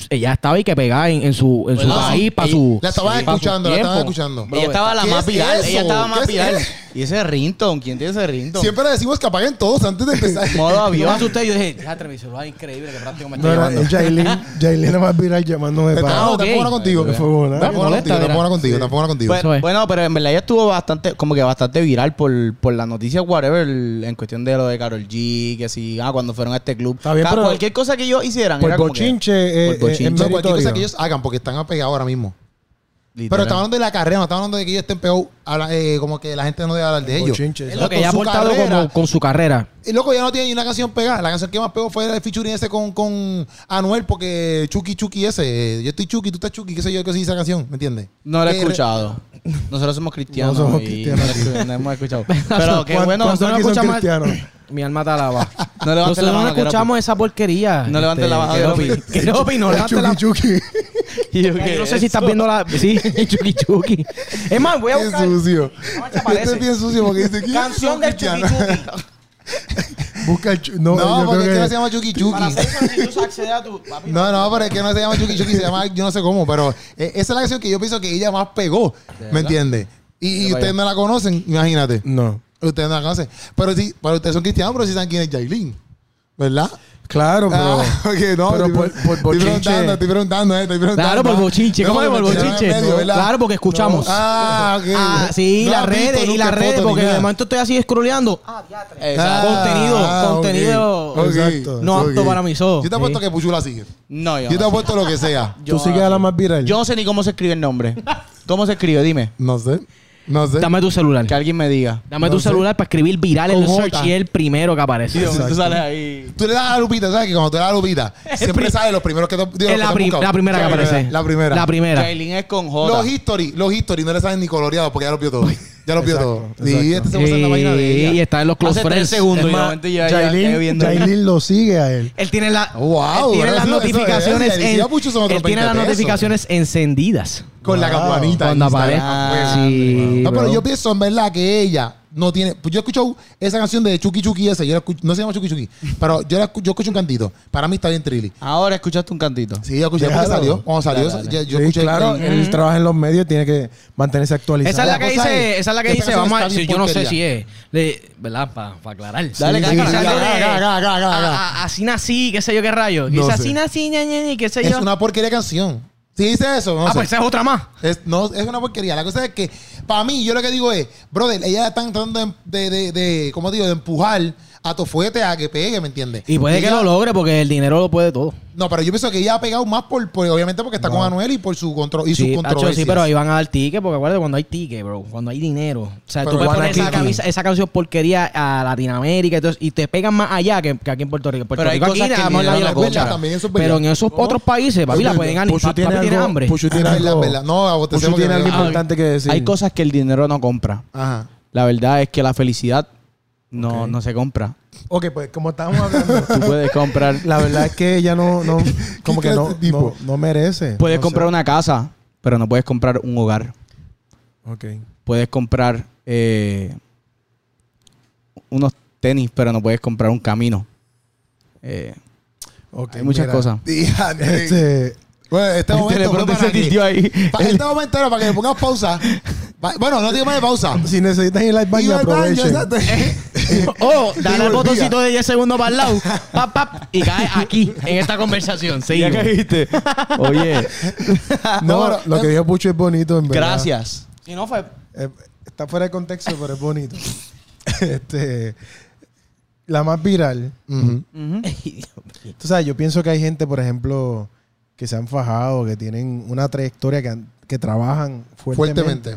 ella estaba ahí que pegaba en, en su,
Pues
en su
Ah,
país, para
ella-
su.
La estaban
pa' su
escuchando, la
tiempo.
estaban escuchando.
Ella estaba la
¿Qué
más
es
viral.
eso?
Ella estaba más
¿Qué es
viral.
eso?
Y ese Rinton, ¿quién tiene ese Rinton?
Siempre le decimos que apaguen todos antes de empezar.
Modo
Yo me
avión.
asusté, yo dije, déjate mi celular increíble que práctico me está
No, no,
llevando.
es Jailin. Jailin más viral llamándome
Te
para.
Ah,
estaba-
ok.
Tampoco era contigo.
Fue buena.
Tampoco era contigo,
molesta,
tampoco
mira.
era contigo, tampoco era contigo.
Eso
Bueno,
es.
bueno, pero en verdad ella estuvo bastante, como que bastante viral por, por la noticia, whatever, en cuestión de lo de Carol G, que si, ah, cuando fueron a este club.
Está bien,
Ca-
pero-
cualquier cosa que ellos hicieran.
Por
era como que-
bochinche. eh,
por
eh,
bochinche.
es
No, cualquier cosa
meritorio.
que ellos hagan, porque están apegados ahora mismo. Pero
literal.
estamos hablando de la carrera, no estamos hablando de que ellos estén pegados, habla- eh, como que la gente no debe hablar de ellos.
Bochinche,
Es
Lo que
con
ella ha
su
aportado
carrera,
como con su carrera.
Y loco, ya no tiene ni una canción pegada. La canción que más pegó fue el featuring ese con, con Anuel, porque Chucky Chucky ese. eh, Yo estoy Chucky, tú estás Chucky, qué sé yo, qué sé esa canción, ¿me entiendes?
No lo he
Que-
escuchado. Nosotros somos cristianos.
No somos
y
cristianos,
no lo escu- no hemos escuchado. Pero qué
¿Cuán-
bueno.
cuántos
nosotros
aquí
no
son
escuchamos-
cristianos?
Mi alma te alaba.
No levantes
Nosotros
la
no
mano. que era-
escuchamos esa porquería. Este,
No levantes
Este,
la mano,
Keropi.
Keropi.
Keropi, no levantes la
Chucky, Chucky.
Y yo,
Ay,
¿qué
Yo no sé
es
si estás
eso?
viendo la. Sí, Chucky Chucky. Es más, voy a
Qué
buscar.
sucio.
Vamos a chapar
Este
ese.
es bien sucio porque dice ¿quiénes
Canción
son
del Chucky
cristianos?
Chucky.
Busca el Chu- No,
No,
yo
porque es
creo
que
que-
no se llama Chucky
Para
Chucky.
hacer eso necesitas acceder a tu. papi,
No, no, pero es que no se llama Chucky Chucky, se llama yo no sé cómo, pero eh, esa es la canción que yo pienso que ella más pegó, ¿me entiendes? Y, y ustedes no la conocen, imagínate.
No.
Ustedes no la conocen. Pero sí, pero ustedes son cristianos, pero sí saben quién es Jailin, ¿verdad?
Claro, pero.
Ah, ok, no,
pero
estoy,
por- por
estoy
bochinche.
preguntando, estoy preguntando, eh, estoy preguntando.
Claro, por
Ah,
bochinche.
no,
¿Cómo es por
porque me tiraron en
bochinche?
medio, ¿verdad?
Claro, porque escuchamos.
Ah, ok.
Ah, sí,
No
las
has visto
redes, y
nunca
las
fotos
redes,
ni
porque de
nada.
momento estoy así scrolleando. Ah,
Exacto.
Contenido, contenido
ok, ok,
Exacto.
no
Ah, ok.
apto para mis ojos.
Yo te apuesto que Puchu la sigue.
No, yo
Yo te
no.
apuesto lo que sea.
Tú sigues a la más viral.
Yo no sé ni cómo se escribe el nombre. ¿Cómo se escribe? Dime.
No sé. No sé.
Dame tu celular.
Que alguien me diga.
Dame tu celular para escribir viral en
Con
el search
J.
y es el primero que aparece.
Dios, tú sales ahí.
Tú le das a la lupita, ¿sabes? Que cuando tú le das a la lupita, siempre salen los primeros que te digo,
Es
los que
la,
te
prim-
han buscado.
la primera que
Sí,
aparece.
La primera.
La primera.
Jailin es con J.
Los history, los history no le salen ni coloreados porque ya lo vio todo. Ya lo vio
Exacto,
todo.
exacto.
Y este se puso en la vaina de
Sí, y
ella.
está en los close
Hace tres
friends.
segundos.
Es
y de
más,
momento ya- ya- ya
Jailin
viendo.
Jailin lo sigue a él.
Él tiene la,
Wow,
él
bro,
tiene las
eso- eso es.
notificaciones,
El
en-
día Pucho son otros
él tiene
20
las
pesos.
notificaciones encendidas
Con la
Wow.
campanita.
cuando
en Instagram.
aparece.
Ah,
Sí,
No, pero
bro.
yo pienso en verdad que ella no tiene. Pues yo escucho esa canción de Chucky Chucky ese. Yo la escucho, no se llama Chucky Chucky. Pero yo, la escu- yo escucho un cantito. Para mí está bien trilly.
Ahora escuchaste un cantito.
Sí, yo escuché porque
Déjalo.
salió. Cuando salió,
Dale, dale.
ya- yo
Sí,
escuché.
claro,
el-
él trabaja en los medios, tiene que mantenerse actualizado.
Esa es la que
cosa
dice,
es,
esa es la que
esta
dice,
canción
vamos a
está
decir,
bien
yo no sé
porquería.
si es, le- ¿verdad? Para aclarar.
Dale,
Sí,
acá, acá,
sí,
acá,
algo
acá,
de-
acá, acá, acá, acá.
a- a- Así nací, qué sé yo qué rayo.
No
Dice
sé.
así nací, ña, ña, ña, qué sé
es
yo.
una porquería de canción. Si dice eso, no
Ah,
sé.
pues esa es otra más.
Es, no, es una porquería. La cosa es que, para mí, yo lo que digo es, brother, ellas están tratando de, de, de, de, ¿cómo digo?, de empujar a Tofuete a que pegue, ¿me entiendes?
Y puede que
ella-
lo logre porque el dinero lo puede todo.
No, pero yo pienso que ella ha pegado más por, por- obviamente porque está con Anuel y por su control y
Sí,
su
tacho,
controversia.
sí, pero ahí van a dar ticket, porque acuérdate, cuando hay ticket, bro, cuando hay dinero. O sea,
Pero
tú puedes
van a
poner esa,
ticket.
camisa- esa canción porquería a Latinoamérica y, todo eso, y te pegan más allá que, que aquí en Puerto Rico. En Puerto
Pero hay
Rico aquí
cosas que
nada
el
más
dinero
nadie
no
la
compra.
escucha.
También eso es
Pero
verdad.
en esos otros países, papi, la pueden animar.
Puchu
Papi
tiene
tiene
algo-
hambre.
Puchu tiene
Es verdad,
algo-
es verdad. No, a vos te
Puchu
hacemos
tiene
que-
algo
Ah,
importante que decir.
Hay cosas que el dinero no compra.
Ajá.
La verdad es que la felicidad no,
Ok.
no se compra.
Ok, pues como estábamos hablando,
Tú puedes comprar.
la verdad es que ella no, no como
¿Qué
que
clase
no,
de tipo?
no, no merece.
Puedes
No sé.
comprar una casa, pero no puedes comprar un hogar.
Ok.
Puedes comprar eh, unos tenis, pero no puedes comprar un camino. Eh,
ok,
hay muchas
mira.
cosas.
Dígate.
Este,
eh, Bueno, este
El
momento fue
teleprompter
para
se
que-
tildió ahí.
pa- Este momento era para que le pongas pausa. Pa- Bueno, no digo más de pausa.
si necesitas ir al
Y
baño,
al baño,
aprovechen.
exacto.
O dale
Digo,
al botoncito de 10 segundos para el lado, pap, pap, y cae aquí, en esta conversación.
Ya
Seguimos.
caíste. Oye,
No,
No,
lo que dijo Pucho es bonito, en verdad.
gracias.
Si no fue...
Eh, está fuera de contexto, pero es bonito. este, la más viral.
Ujú.
Tú sabes, yo pienso que hay gente, por ejemplo, que se han fajado, que tienen una trayectoria que, han- que trabajan fuertemente,
Fuertemente.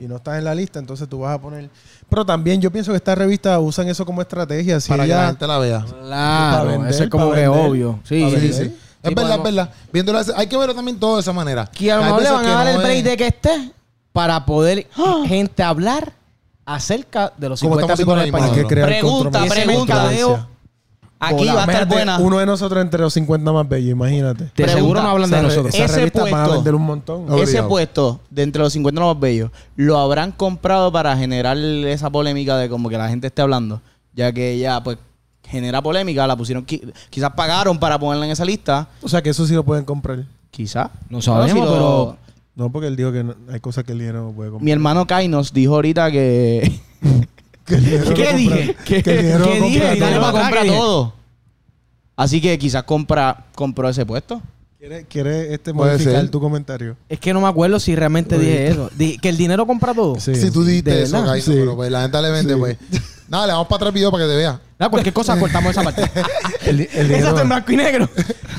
y no estás en la lista, entonces tú vas a poner. Pero también yo pienso que estas revistas usan eso como estrategia. Si
Para que la
ella,
gente la vea.
Claro,
Para vender,
eso es como
para
que
vender.
obvio. Sí,
Para
sí,
vender.
sí.
Es verdad, es verdad. Viéndolo, así- hay que verlo también todo de esa manera.
Que a lo
Hay
mejor le
veces
van a dar
no
el break
es-
de que esté para poder
Ah.
gente hablar acerca de los
Como
50
estamos haciendo
tipos de
ahora mismo,
español.
hay que crear
Pregunta,
controversia.
pregunta.
Controversia.
Aquí
Hola,
va a estar
imagínate,
buena.
Uno de nosotros entre los 50 más bellos, imagínate.
Te
Pregunta.
seguro no hablan de
Esa re-
nosotros.
Esas
Ese
revistas van a
puesto.
vender un montón.
Obligado.
Ese puesto, de entre los 50 más bellos, lo habrán comprado para generar esa polémica de como que la gente esté hablando, ya que ella, pues, genera polémica, la pusieron, qui- quizás pagaron para ponerla en esa lista,
O sea, que eso sí lo pueden comprar.
quizás.
No sabemos,
si lo-
pero-
No, porque él dijo que no- hay cosas que el dinero no puede comprar.
Mi hermano Kai nos dijo ahorita que...
Que el dinero
¿Qué
no
dije?
compra- Que el dinero
¿Qué
no
dije?
compra
Dale
todo.
para atrás,
compra
que dije.
todo. Así que quizás compra, compró ese puesto.
¿Quieres quiere, este,
Puede
modificar
ser.
tu comentario?
Es que no me acuerdo si realmente dije eso. Di- que el dinero compra todo.
Sí.
Si tú
De
dijiste eso,
verdad.
Kai,
Sí.
pero pues lamentablemente, pues. Nada, le vamos para atrás el video para que te vea.
Nada, cualquier cosa cortamos esa parte.
El, el dinero.
Exacto, en blanco y negro.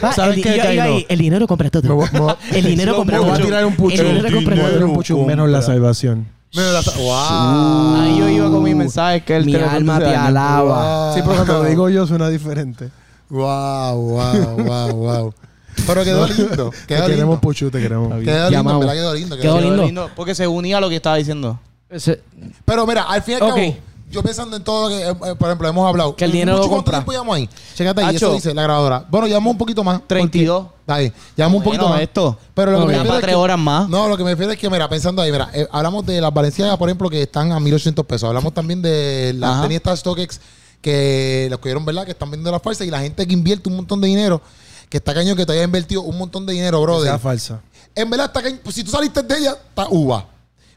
Ah,
¿Sabes
el,
qué,
yo- yo
Caino?
ahí, el dinero compra todo.
Me voy- me voy-
el dinero compra
me
todo.
voy a tirar un pucho.
El dinero compra todo.
Pero mucho menos la salvación.
Mira, la- ¡Wow!
Ahí yo iba con mi mensaje que él
Mi
te lo
alma
puse
te
daño.
alaba.
Wow.
Sí, pero cuando lo digo yo suena diferente.
Wow, wow, wow, wow. Pero quedó lindo.
Te
Quedó
queremos,
lindo.
Puchu, te queremos.
Quedó
Te
lindo,
amamos.
¿verdad? Quedó lindo.
Quedó
lindo.
lindo.
Porque se unía a lo que estaba diciendo.
Ese-
Pero mira, al fin y al cabo,
Ok.
yo pensando en todo, que, eh, eh, por ejemplo, hemos hablado.
Que el dinero
Puchu,
lo
¿Cuánto
compra.
tiempo llevamos ahí? Chécate ahí,
Acho.
eso dice la grabadora. Bueno, llevamos un poquito más.
32.
Está bien. Llevamos un poquito
Bueno,
más.
esto.
Pero lo que
Nos
me
dan
refiero
para
es
tres
que-
horas más.
No, lo que me refiero es que, mira, pensando ahí, mira, eh, hablamos de las Valenciagas, por ejemplo, que están a 1.800 pesos. Hablamos también de las
Ajá.
tenis Star StockX, que los cogieron, ¿verdad? Que están vendiendo las falsas y la gente que invierte un montón de dinero, que está cañón que te haya invertido un montón de dinero,
Que
brother.
sea falsa.
En verdad, está cañón. Pues, si tú saliste de ella, está uva.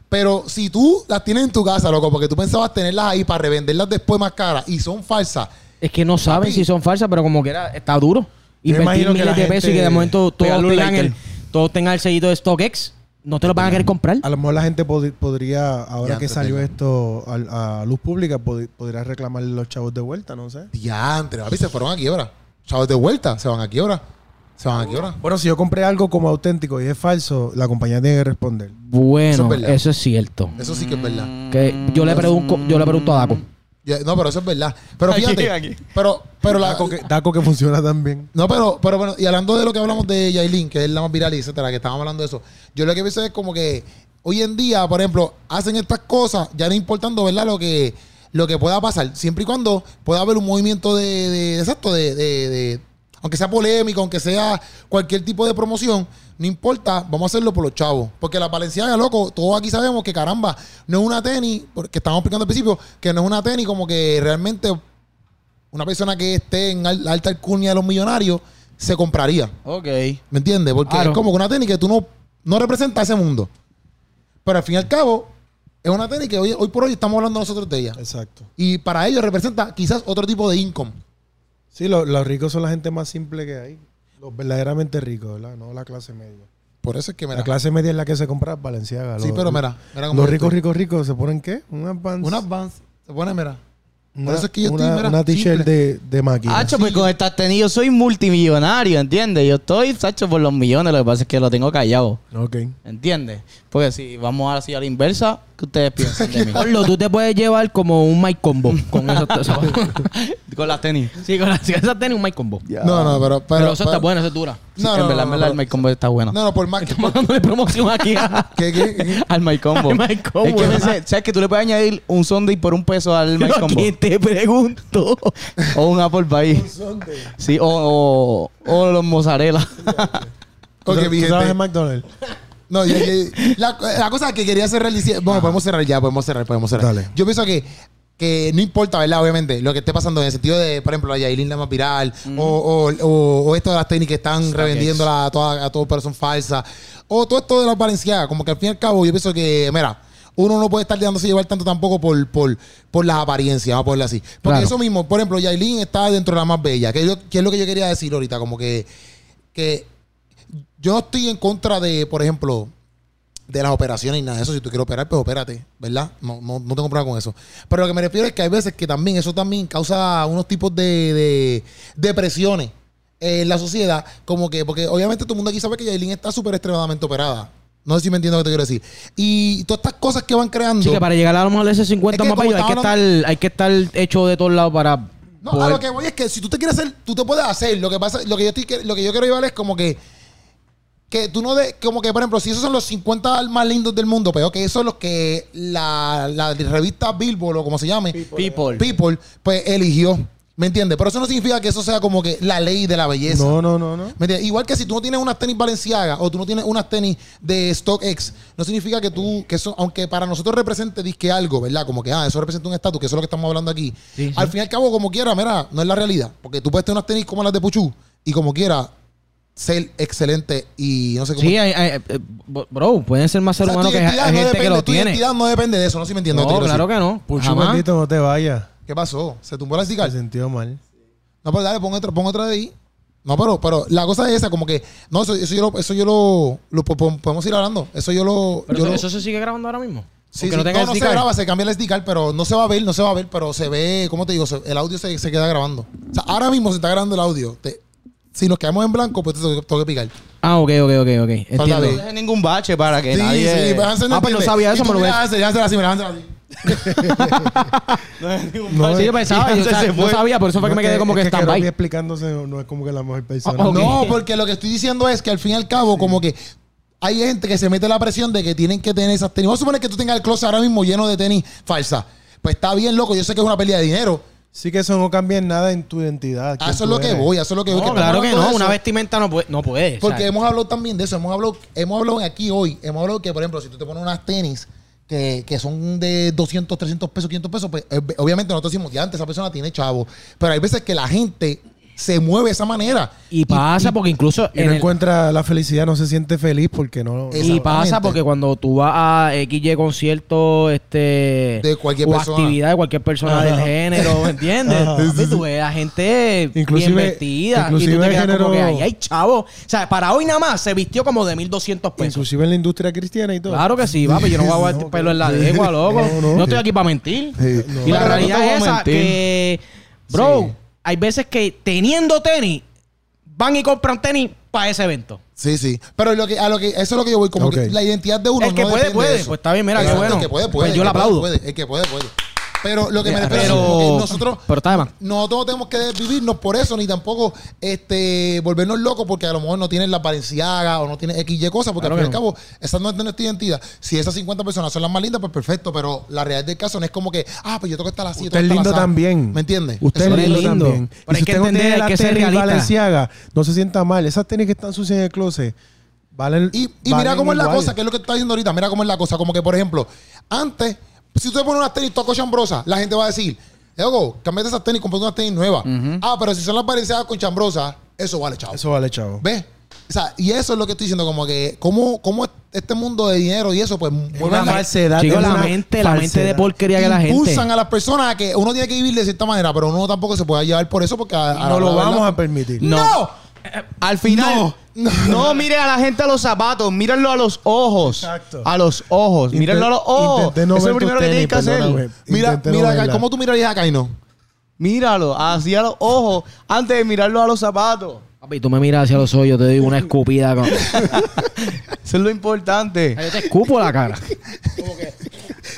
Pero si tú las tienes en tu casa, loco, porque tú pensabas tenerlas ahí para revenderlas después más caras y son falsas.
Es que no saben
Papi.
si son falsas, pero como que era, está duro.
Yo
Invertir
imagino que la
miles de pesos y
gente
que de momento todos
pegarle un
tengan,
lighter.
el, todos tengan el sellito de StockX. No te lo van a querer comprar.
A lo mejor la gente pod- podría, ahora
Ya,
que
entretengo.
salió esto al- a, luz pública, pod- podría reclamar los chavos de vuelta, no sé.
Diantre, papi, se fueron a quiebra. Chavos de vuelta, se van a quiebra. Se van a quiebra.
Bueno, si yo compré algo como auténtico y es falso, la compañía tiene que responder.
Bueno,
Eso
eso
es
es,
verdad.
cierto.
Eso sí que es verdad.
Que yo, le pregunto, yo le pregunto a Daco.
Ya, No, pero eso es verdad. Pero
Aquí,
fíjate.
aquí.
Pero, pero la.
Taco que, taco que funciona también.
No, pero, pero bueno, y hablando de lo que hablamos de Yailin, que es la más viral, y etcétera, que estábamos hablando de eso. Yo lo que pienso es como que hoy en día, por ejemplo, hacen estas cosas, ya no importando, ¿verdad? Lo que, lo que pueda pasar, siempre y cuando pueda haber un movimiento de, de- exacto, de, de- de- aunque sea polémico, aunque sea cualquier tipo de promoción, no importa, vamos a hacerlo por los chavos. Porque la Valenciaga, loco, todos aquí sabemos que caramba, no es una tenis, porque estábamos explicando al principio, que no es una tenis como que realmente una persona que esté en al- la alta alcurnia de los millonarios se compraría.
Ok.
¿Me entiendes? Porque
Claro.
es como que una tenis que tú no, no representas ese mundo. Pero al fin y al cabo, es una tenis que hoy, hoy por hoy estamos hablando nosotros de ella.
Exacto.
Y para ellos representa quizás otro tipo de income.
Sí, lo- los ricos son la gente más simple que hay. Los verdaderamente ricos, ¿verdad? No la clase media.
Por eso es que, mira.
La clase media es la que se compra Valenciaga.
sí,
Los-
pero mira. mira cómo
Los
yo
ricos,
estoy.
ricos, ricos, ¿se ponen qué? Un advance.
Una Vans. Se pone, mira.
Una-
por eso es que yo estoy,
una-
mira,
Una t-shirt
simple.
de, de máquina.
Hacho, pues con estas tenis yo soy multimillonario, ¿entiendes? Yo estoy, Sacho, por los millones. Lo que pasa es que lo tengo callado,
Ok.
¿entiendes? Porque si vamos así a la inversa, ¿qué ustedes piensan de mí?
Orlo, tú te puedes llevar como un Mike Combo con esos.
con las tenis.
sí, con las esas tenis un Mike Combo.
No, no, pero. Pero,
Pero, eso está
pero-
bueno, eso es dura.
No,
en
no,
verdad,
no,
en verdad,
no,
el My Combo está bueno.
No, no, por más que.
Estamos dándole promoción aquí a-
¿Qué, qué, qué?
Al My Combo.
Al My Combo.
Es que a veces, ¿sabes que tú le puedes añadir un Sunday por un peso al My
Pero
Combo?
¿Quién te preguntó?
O un Apple Pie. Sí, o, o, o los mozzarella.
¿Tú
Ok,
tra-
mi
tú
gente.
trabajas en McDonald's?
No, yo- yo- la, la cosa que quería cerrar dici- Bueno, podemos cerrar ya, podemos cerrar, podemos cerrar.
Dale.
Yo pienso que, que no importa, ¿verdad? Obviamente, lo que esté pasando en el sentido de, por ejemplo, la Yailin la más viral, o, o- o- o esto de las técnicas que están revendiéndola a todas, a todos, pero son falsas, o todo esto de las valenciagas, como que al fin y al cabo, yo pienso que, mira. Uno no puede estar dejándose llevar tanto tampoco por, por, por las apariencias, vamos a ponerlo así. Porque
Claro.
eso mismo, por ejemplo, Yailin está dentro de la más bella, que, yo- que es lo que yo quería decir ahorita, como que, que yo no estoy en contra de, por ejemplo, de las operaciones y nada de eso. Si tú quieres operar, pues opérate, ¿verdad? No, no, no tengo problema con eso. Pero lo que me refiero es que hay veces que también eso también causa unos tipos de, de, de presiones en la sociedad. Como que, porque obviamente todo el mundo aquí sabe que Yailin está súper extremadamente operada. No sé si me entiendo lo que te quiero decir. Y todas estas cosas que van creando.
Sí, que para llegar a lo mejor a ese 50
Es que
más
como
bello, hay que,
estaba
estar, hay que estar hecho de todos lados para.
No, a
poder-
lo que voy es que si tú te quieres hacer, tú te puedes hacer. Lo que pasa, lo que yo estoy, lo que yo quiero llevar es como que que tú no de, como que por ejemplo, si esos son los 50 más lindos del mundo, pero que esos son los que la, la revista Billboard o como se llame,
People.
People, pues eligió. ¿Me entiendes? Pero eso no significa que eso sea como que la ley de la belleza.
No, no, no, no.
¿Me entiendes? Igual que si tú no tienes unas tenis Balenciaga o tú no tienes unas tenis de StockX, no significa que tú, que eso, aunque para nosotros represente disque algo, ¿verdad? Como que, ah, eso representa un estatus, que eso es lo que estamos hablando aquí. Al fin y al cabo, como quiera, mira, no es la realidad. Porque tú puedes tener unas tenis como las de Puchu y como quiera ser excelente y no sé cómo.
Sí, hay- hay- eh, bro, pueden ser
O
más ser
sea, tu
humanos que
identidad
hay
no
gente
depende,
que lo
tu
tiene.
identidad no depende de eso, no sé si me entiendo.
No,
te quiero
claro
decir.
que no.
Puchu,
Jamás.
bendito, no te vayas.
¿Qué pasó? ¿Se tumbó la cigarra?
Se sintió mal.
No, pero dale, pon otra, pon otra de ahí. No, pero, pero la cosa es esa, como que. No, eso, eso yo, lo, eso yo lo, lo po- po- Podemos ir hablando. Eso yo lo.
Pero
yo
eso,
lo-
eso se sigue grabando ahora mismo.
sí,
Aunque
sí,
no
no,
tenga
no se
SD card.
graba, se cambia el SD card, pero no se va a ver, no se va a ver, pero se ve, ¿cómo te digo? Se- el audio se, se queda grabando. O sea, ahora mismo se está grabando el audio. Te- si nos quedamos en blanco, pues te tengo, tengo que picar.
Ah, ok, ok, ok, ok. Entiendo.
ver.
No dejes ningún bache para que nadie...
pero Hansel
Ah, pues no
entiende.
sabía
Y
eso,
tú
me lo voy
mira,
a...
Hansel, Hansel así, mira, Hansel así.
No dejes ningún
No,
bache.
Sí, yo pensaba,
Y
yo,
Hansel
sa-
se
no
fue.
sabía, por eso fue que me quedé como que
está
stand-by.
explicándose no es como que la mejor persona.
Ah, ok.
No, porque lo que estoy diciendo es que al fin y al cabo, como que hay gente que se mete la presión de que tienen que tener esas tenis. Vamos a suponer que tú tengas el closet ahora mismo lleno de tenis falsas. Pues está bien, loco. Yo sé que es una pérdida de dinero.
Sí que eso no cambia en nada en tu identidad.
A
quién
Ah, eso es
tú
lo que
eres.
voy, a eso es lo que voy.
No,
estamos
claro que
hablando de
no.
eso.
Una vestimenta no puede. No puede. o
Porque
sea,
hemos hablado también de eso. Hemos hablado, hemos hablado aquí hoy. Hemos hablado que, por ejemplo, si tú te pones unas tenis que, que son de 200, 300 pesos, 500 pesos, pues eh, obviamente nosotros decimos, ya antes esa persona tiene chavo. Pero hay veces que la gente se mueve de esa manera.
y pasa porque incluso.
Y
en
no
el-
encuentra la felicidad, no se siente feliz porque no.
Eh,
Y pasa
Exactamente.
porque cuando tú vas a XY concierto, este.
De cualquier
o
persona.
actividad de cualquier persona del género, ¿me entiendes? Papi, tú ves a gente
Inclusive-
bien vestida. y tú
inclusive
te quedas
género-
como que ahí hay chavo. O sea, para hoy nada más se vistió como de 1200 pesos.
inclusive en la industria cristiana y todo.
Claro que sí, papi. Yo no voy a guardar
No,
pelo en la
que-
lengua, loco.
No,
No,
no.
estoy aquí para mentir.
No.
Y la
Pero no te
realidad
voy a
es esa
mentir.
que, bro,
Sí.
hay veces que teniendo tenis, van y compran tenis para ese evento.
Sí, sí. Pero lo que, a lo que, eso es lo que yo voy. Como
Ok.
que la identidad de uno.
El que
no
puede,
depende
puede.
de eso.
Pues está bien, mira, qué
Exacto,
bueno.
El que puede,
Pues
puede.
yo
el
le
que puede,
aplaudo.
puede. el que puede, puede. Pero lo que me refiero es como que
Pero,
nosotros
pero está de más.
no todos tenemos que vivirnos por eso, ni tampoco este volvernos locos porque a lo mejor no tienen la Balenciaga o no tienen XY cosas, porque
Claro
al fin y al
que
cabo, esa no es nuestra identidad. Si esas 50 personas son las más lindas, pues perfecto, pero la realidad del caso no es como que, ah, pues yo tengo que estar así. yo
Usted es
tengo que estar
lindo
asá.
también.
¿Me entiendes?
Usted
Eso
es
no
lindo,
lindo.
también.
Pero
Y
hay
si
que
usted no
entender,
tiene
hay
la
que ser
tenis
realista.
Balenciaga, no se sienta mal. Esas tenis que están sucias en el closet valen.
Y, y mira
valen
cómo es la
igual.
cosa, que es lo que tú estás diciendo ahorita. Mira cómo es la cosa. Como que, por ejemplo, antes, si usted pone unas tenis toco chambrosa, la gente va a decir, Ego, cambiate esas tenis, comprate unas tenis nuevas. Ah, pero si son las parecidas con chambrosa, eso vale, chavo.
Eso vale, chavo.
¿Ves? O sea, y eso es lo que estoy diciendo, como que, ¿cómo, cómo este mundo de dinero y eso, pues, mueve
una
la-
falsedad.
Chicos,
es
la
una
mente, la mente de
falsedad.
porquería que la gente.
impulsan a las personas a que uno tiene que vivir de cierta manera, pero uno tampoco se puede llevar por eso porque... a- a-
No lo
a-
vamos a permitir.
¡No!
No. Al final, no, mire a la gente a los zapatos, mírenlo a los ojos.
Exacto.
A los ojos,
Inten-
mírenlo a los ojos.
intenté no
Eso
ver
es lo primero
tus
que
tenis,
tienes que hacer.
perdóname.
Mira,
Intenté no
mira,
verla.
¿cómo tú mirarías a Kaino?
Míralo, hacia los ojos, antes de mirarlo a los zapatos.
Papi, tú me miras hacia los ojos, yo te doy una escupida. con-
Eso es lo importante.
Yo te escupo la cara.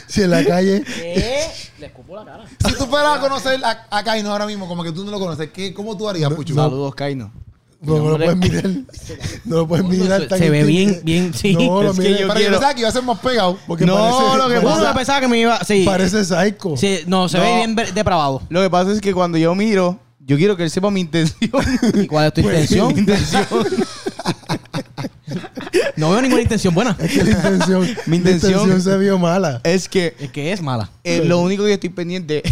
Si en la calle.
Si tú fueras a conocer a, a Kaino ahora mismo, como que tú no lo conoces, ¿qué, ¿cómo tú harías, Puchu?
Saludos, Kaino.
No, no lo puedes mirar. No lo puedes mirar tan
Se ve bien,
intimi-
bien, sí.
No, lo
Es que
mires,
yo-
Pero yo
quiero-
pensaba que iba a ser más pegado.
Porque
No,
parece,
lo que
parece-
Uno pensaba que me iba. Sí.
Parece psycho.
Sí, no, se
No.
ve bien ver- depravado.
Lo que pasa es que cuando yo miro, yo quiero que él sepa mi intención.
¿Y cuál es tu intención?
Mi intención.
No veo ninguna intención buena.
Que la intención,
Mi
la
intención-
se vio mala.
es que
Es que es mala.
eh, lo único que yo estoy pendiente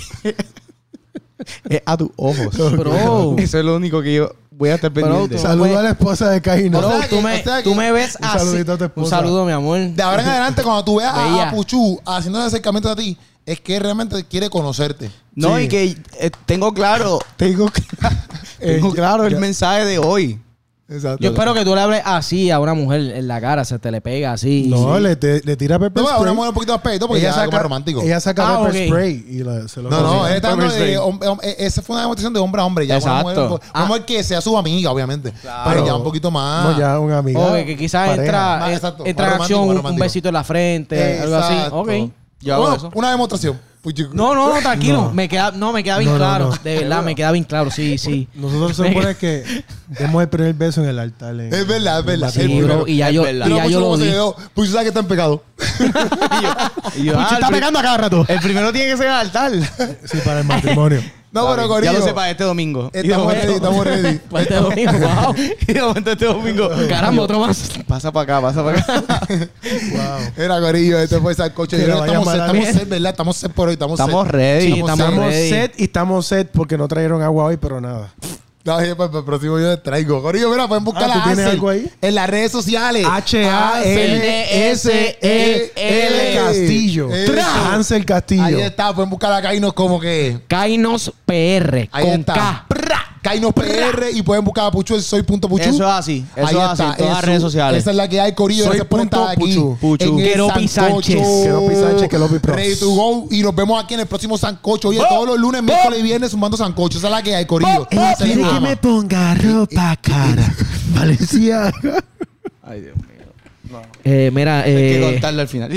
es a tus ojos.
Bro.
Eso es lo único que yo voy a estar pendiente.
tú-
Saluda
pues-
a la esposa de Caíno.
Bro,
O sea
tú,
que-
me,
o sea
tú
que-
me ves
Un
así.
saludito a tu esposa.
Un saludo, mi amor.
De ahora en adelante, cuando tú veas a,
Bella.
a Puchu haciendo el acercamiento a ti, es que realmente quiere conocerte.
No,
Sí.
y que eh, tengo claro, tengo, cl- tengo
Eh,
claro
ya-
el
ya-
mensaje de hoy.
Exacto.
Yo espero que tú le hables así a una mujer en la cara, se te le pega así.
No,
Sí.
le, te- le tira pepper
No,
spray.
una mujer un poquito más pegadito porque ella es más romántico.
Ella saca
Ah,
pepper
ok.
spray y la- se lo
no, no,
consigue.
ella está hablando de-
Perfect.
hom- hom- eh, esa fue una demostración de hombre a hombre. Ya una mujer,
Exacto.
una mujer que sea su amiga, obviamente. Pero ya un poquito más.
Ah. No, ya un amigo.
Ok, que quizás entra,
Más
eh,
exacto,
entra
más
en
romántico,
acción
más
un- un
romántico.
besito en la frente,
Exacto.
algo así. Ok.
Yo hago
Bueno,
eso.
Una demostración. Puchu.
No, no, no, tranquilo. Me queda, no, me queda bien
No, no,
claro.
no.
De verdad, me queda bien claro. Sí, sí.
Nosotros se supone que demos el primer beso en el altar. en-
Es verdad, es verdad.
Sí,
es
bro,
verdad.
y ya
es
yo, y
verdad.
Pero
ya
Puchu
yo
como
lo
se
vi.
quedó, Puchu sabe que está en pecado.
Y yo, ah, el, pri-
a cada rato.
el primero tiene que ser el altar.
Sí, para el matrimonio.
No, pero
Ya lo
Corillo.
sepa este domingo. Y de
Estamos
momento-
ready, estamos ready.
Para este domingo, wow.
y de momento este domingo.
Caramba, otro más.
Pasa para acá, pasa para acá.
Era Corillo, este fue Sarcocho.
Que
Yo creo
la
que Estamos
vaya
set,
mala
estamos
mierda.
set, ¿verdad? Estamos set por hoy, estamos set.
Estamos ready.
Sí, estamos
Estamos
ready.
set y estamos set porque no trajeron agua hoy, pero nada.
No, oye, para para el próximo yo les traigo. Corillo, mira, pueden buscar
Ah,
a
¿tú tienes
Hazel
algo ahí?
en las redes sociales.
H-A-N-S-E-L.
Castillo.
Eso.
Hansel
Ahí
Castillo.
está, pueden buscar a Kainos como que.
Kainos PR.
Ahí
con
está.
K.
Prá. Kainos PR y pueden buscar a Puchu el soy punto Puchu.
Eso es así. Eso
Ahí
es así.
está,
en Todas las
eso.
redes sociales.
Esa es la que hay, Corillo.
Soy
Gracias por
punto
estar aquí.
Puchu.
Puchu.
En el
Queropi
Sancocho.
Sánchez.
Queropi Sánchez, Queropi Props.
Ready to go. Y nos vemos aquí en el próximo Sancocho. Oye, todos los lunes, miércoles y viernes sumando Sancocho. Esa es la ¡Oh! que hay, Corillo. Se les ama.
ponga ropa cara. Valencia.
Eh, mira,
Hay que
eh,
contarlo al final.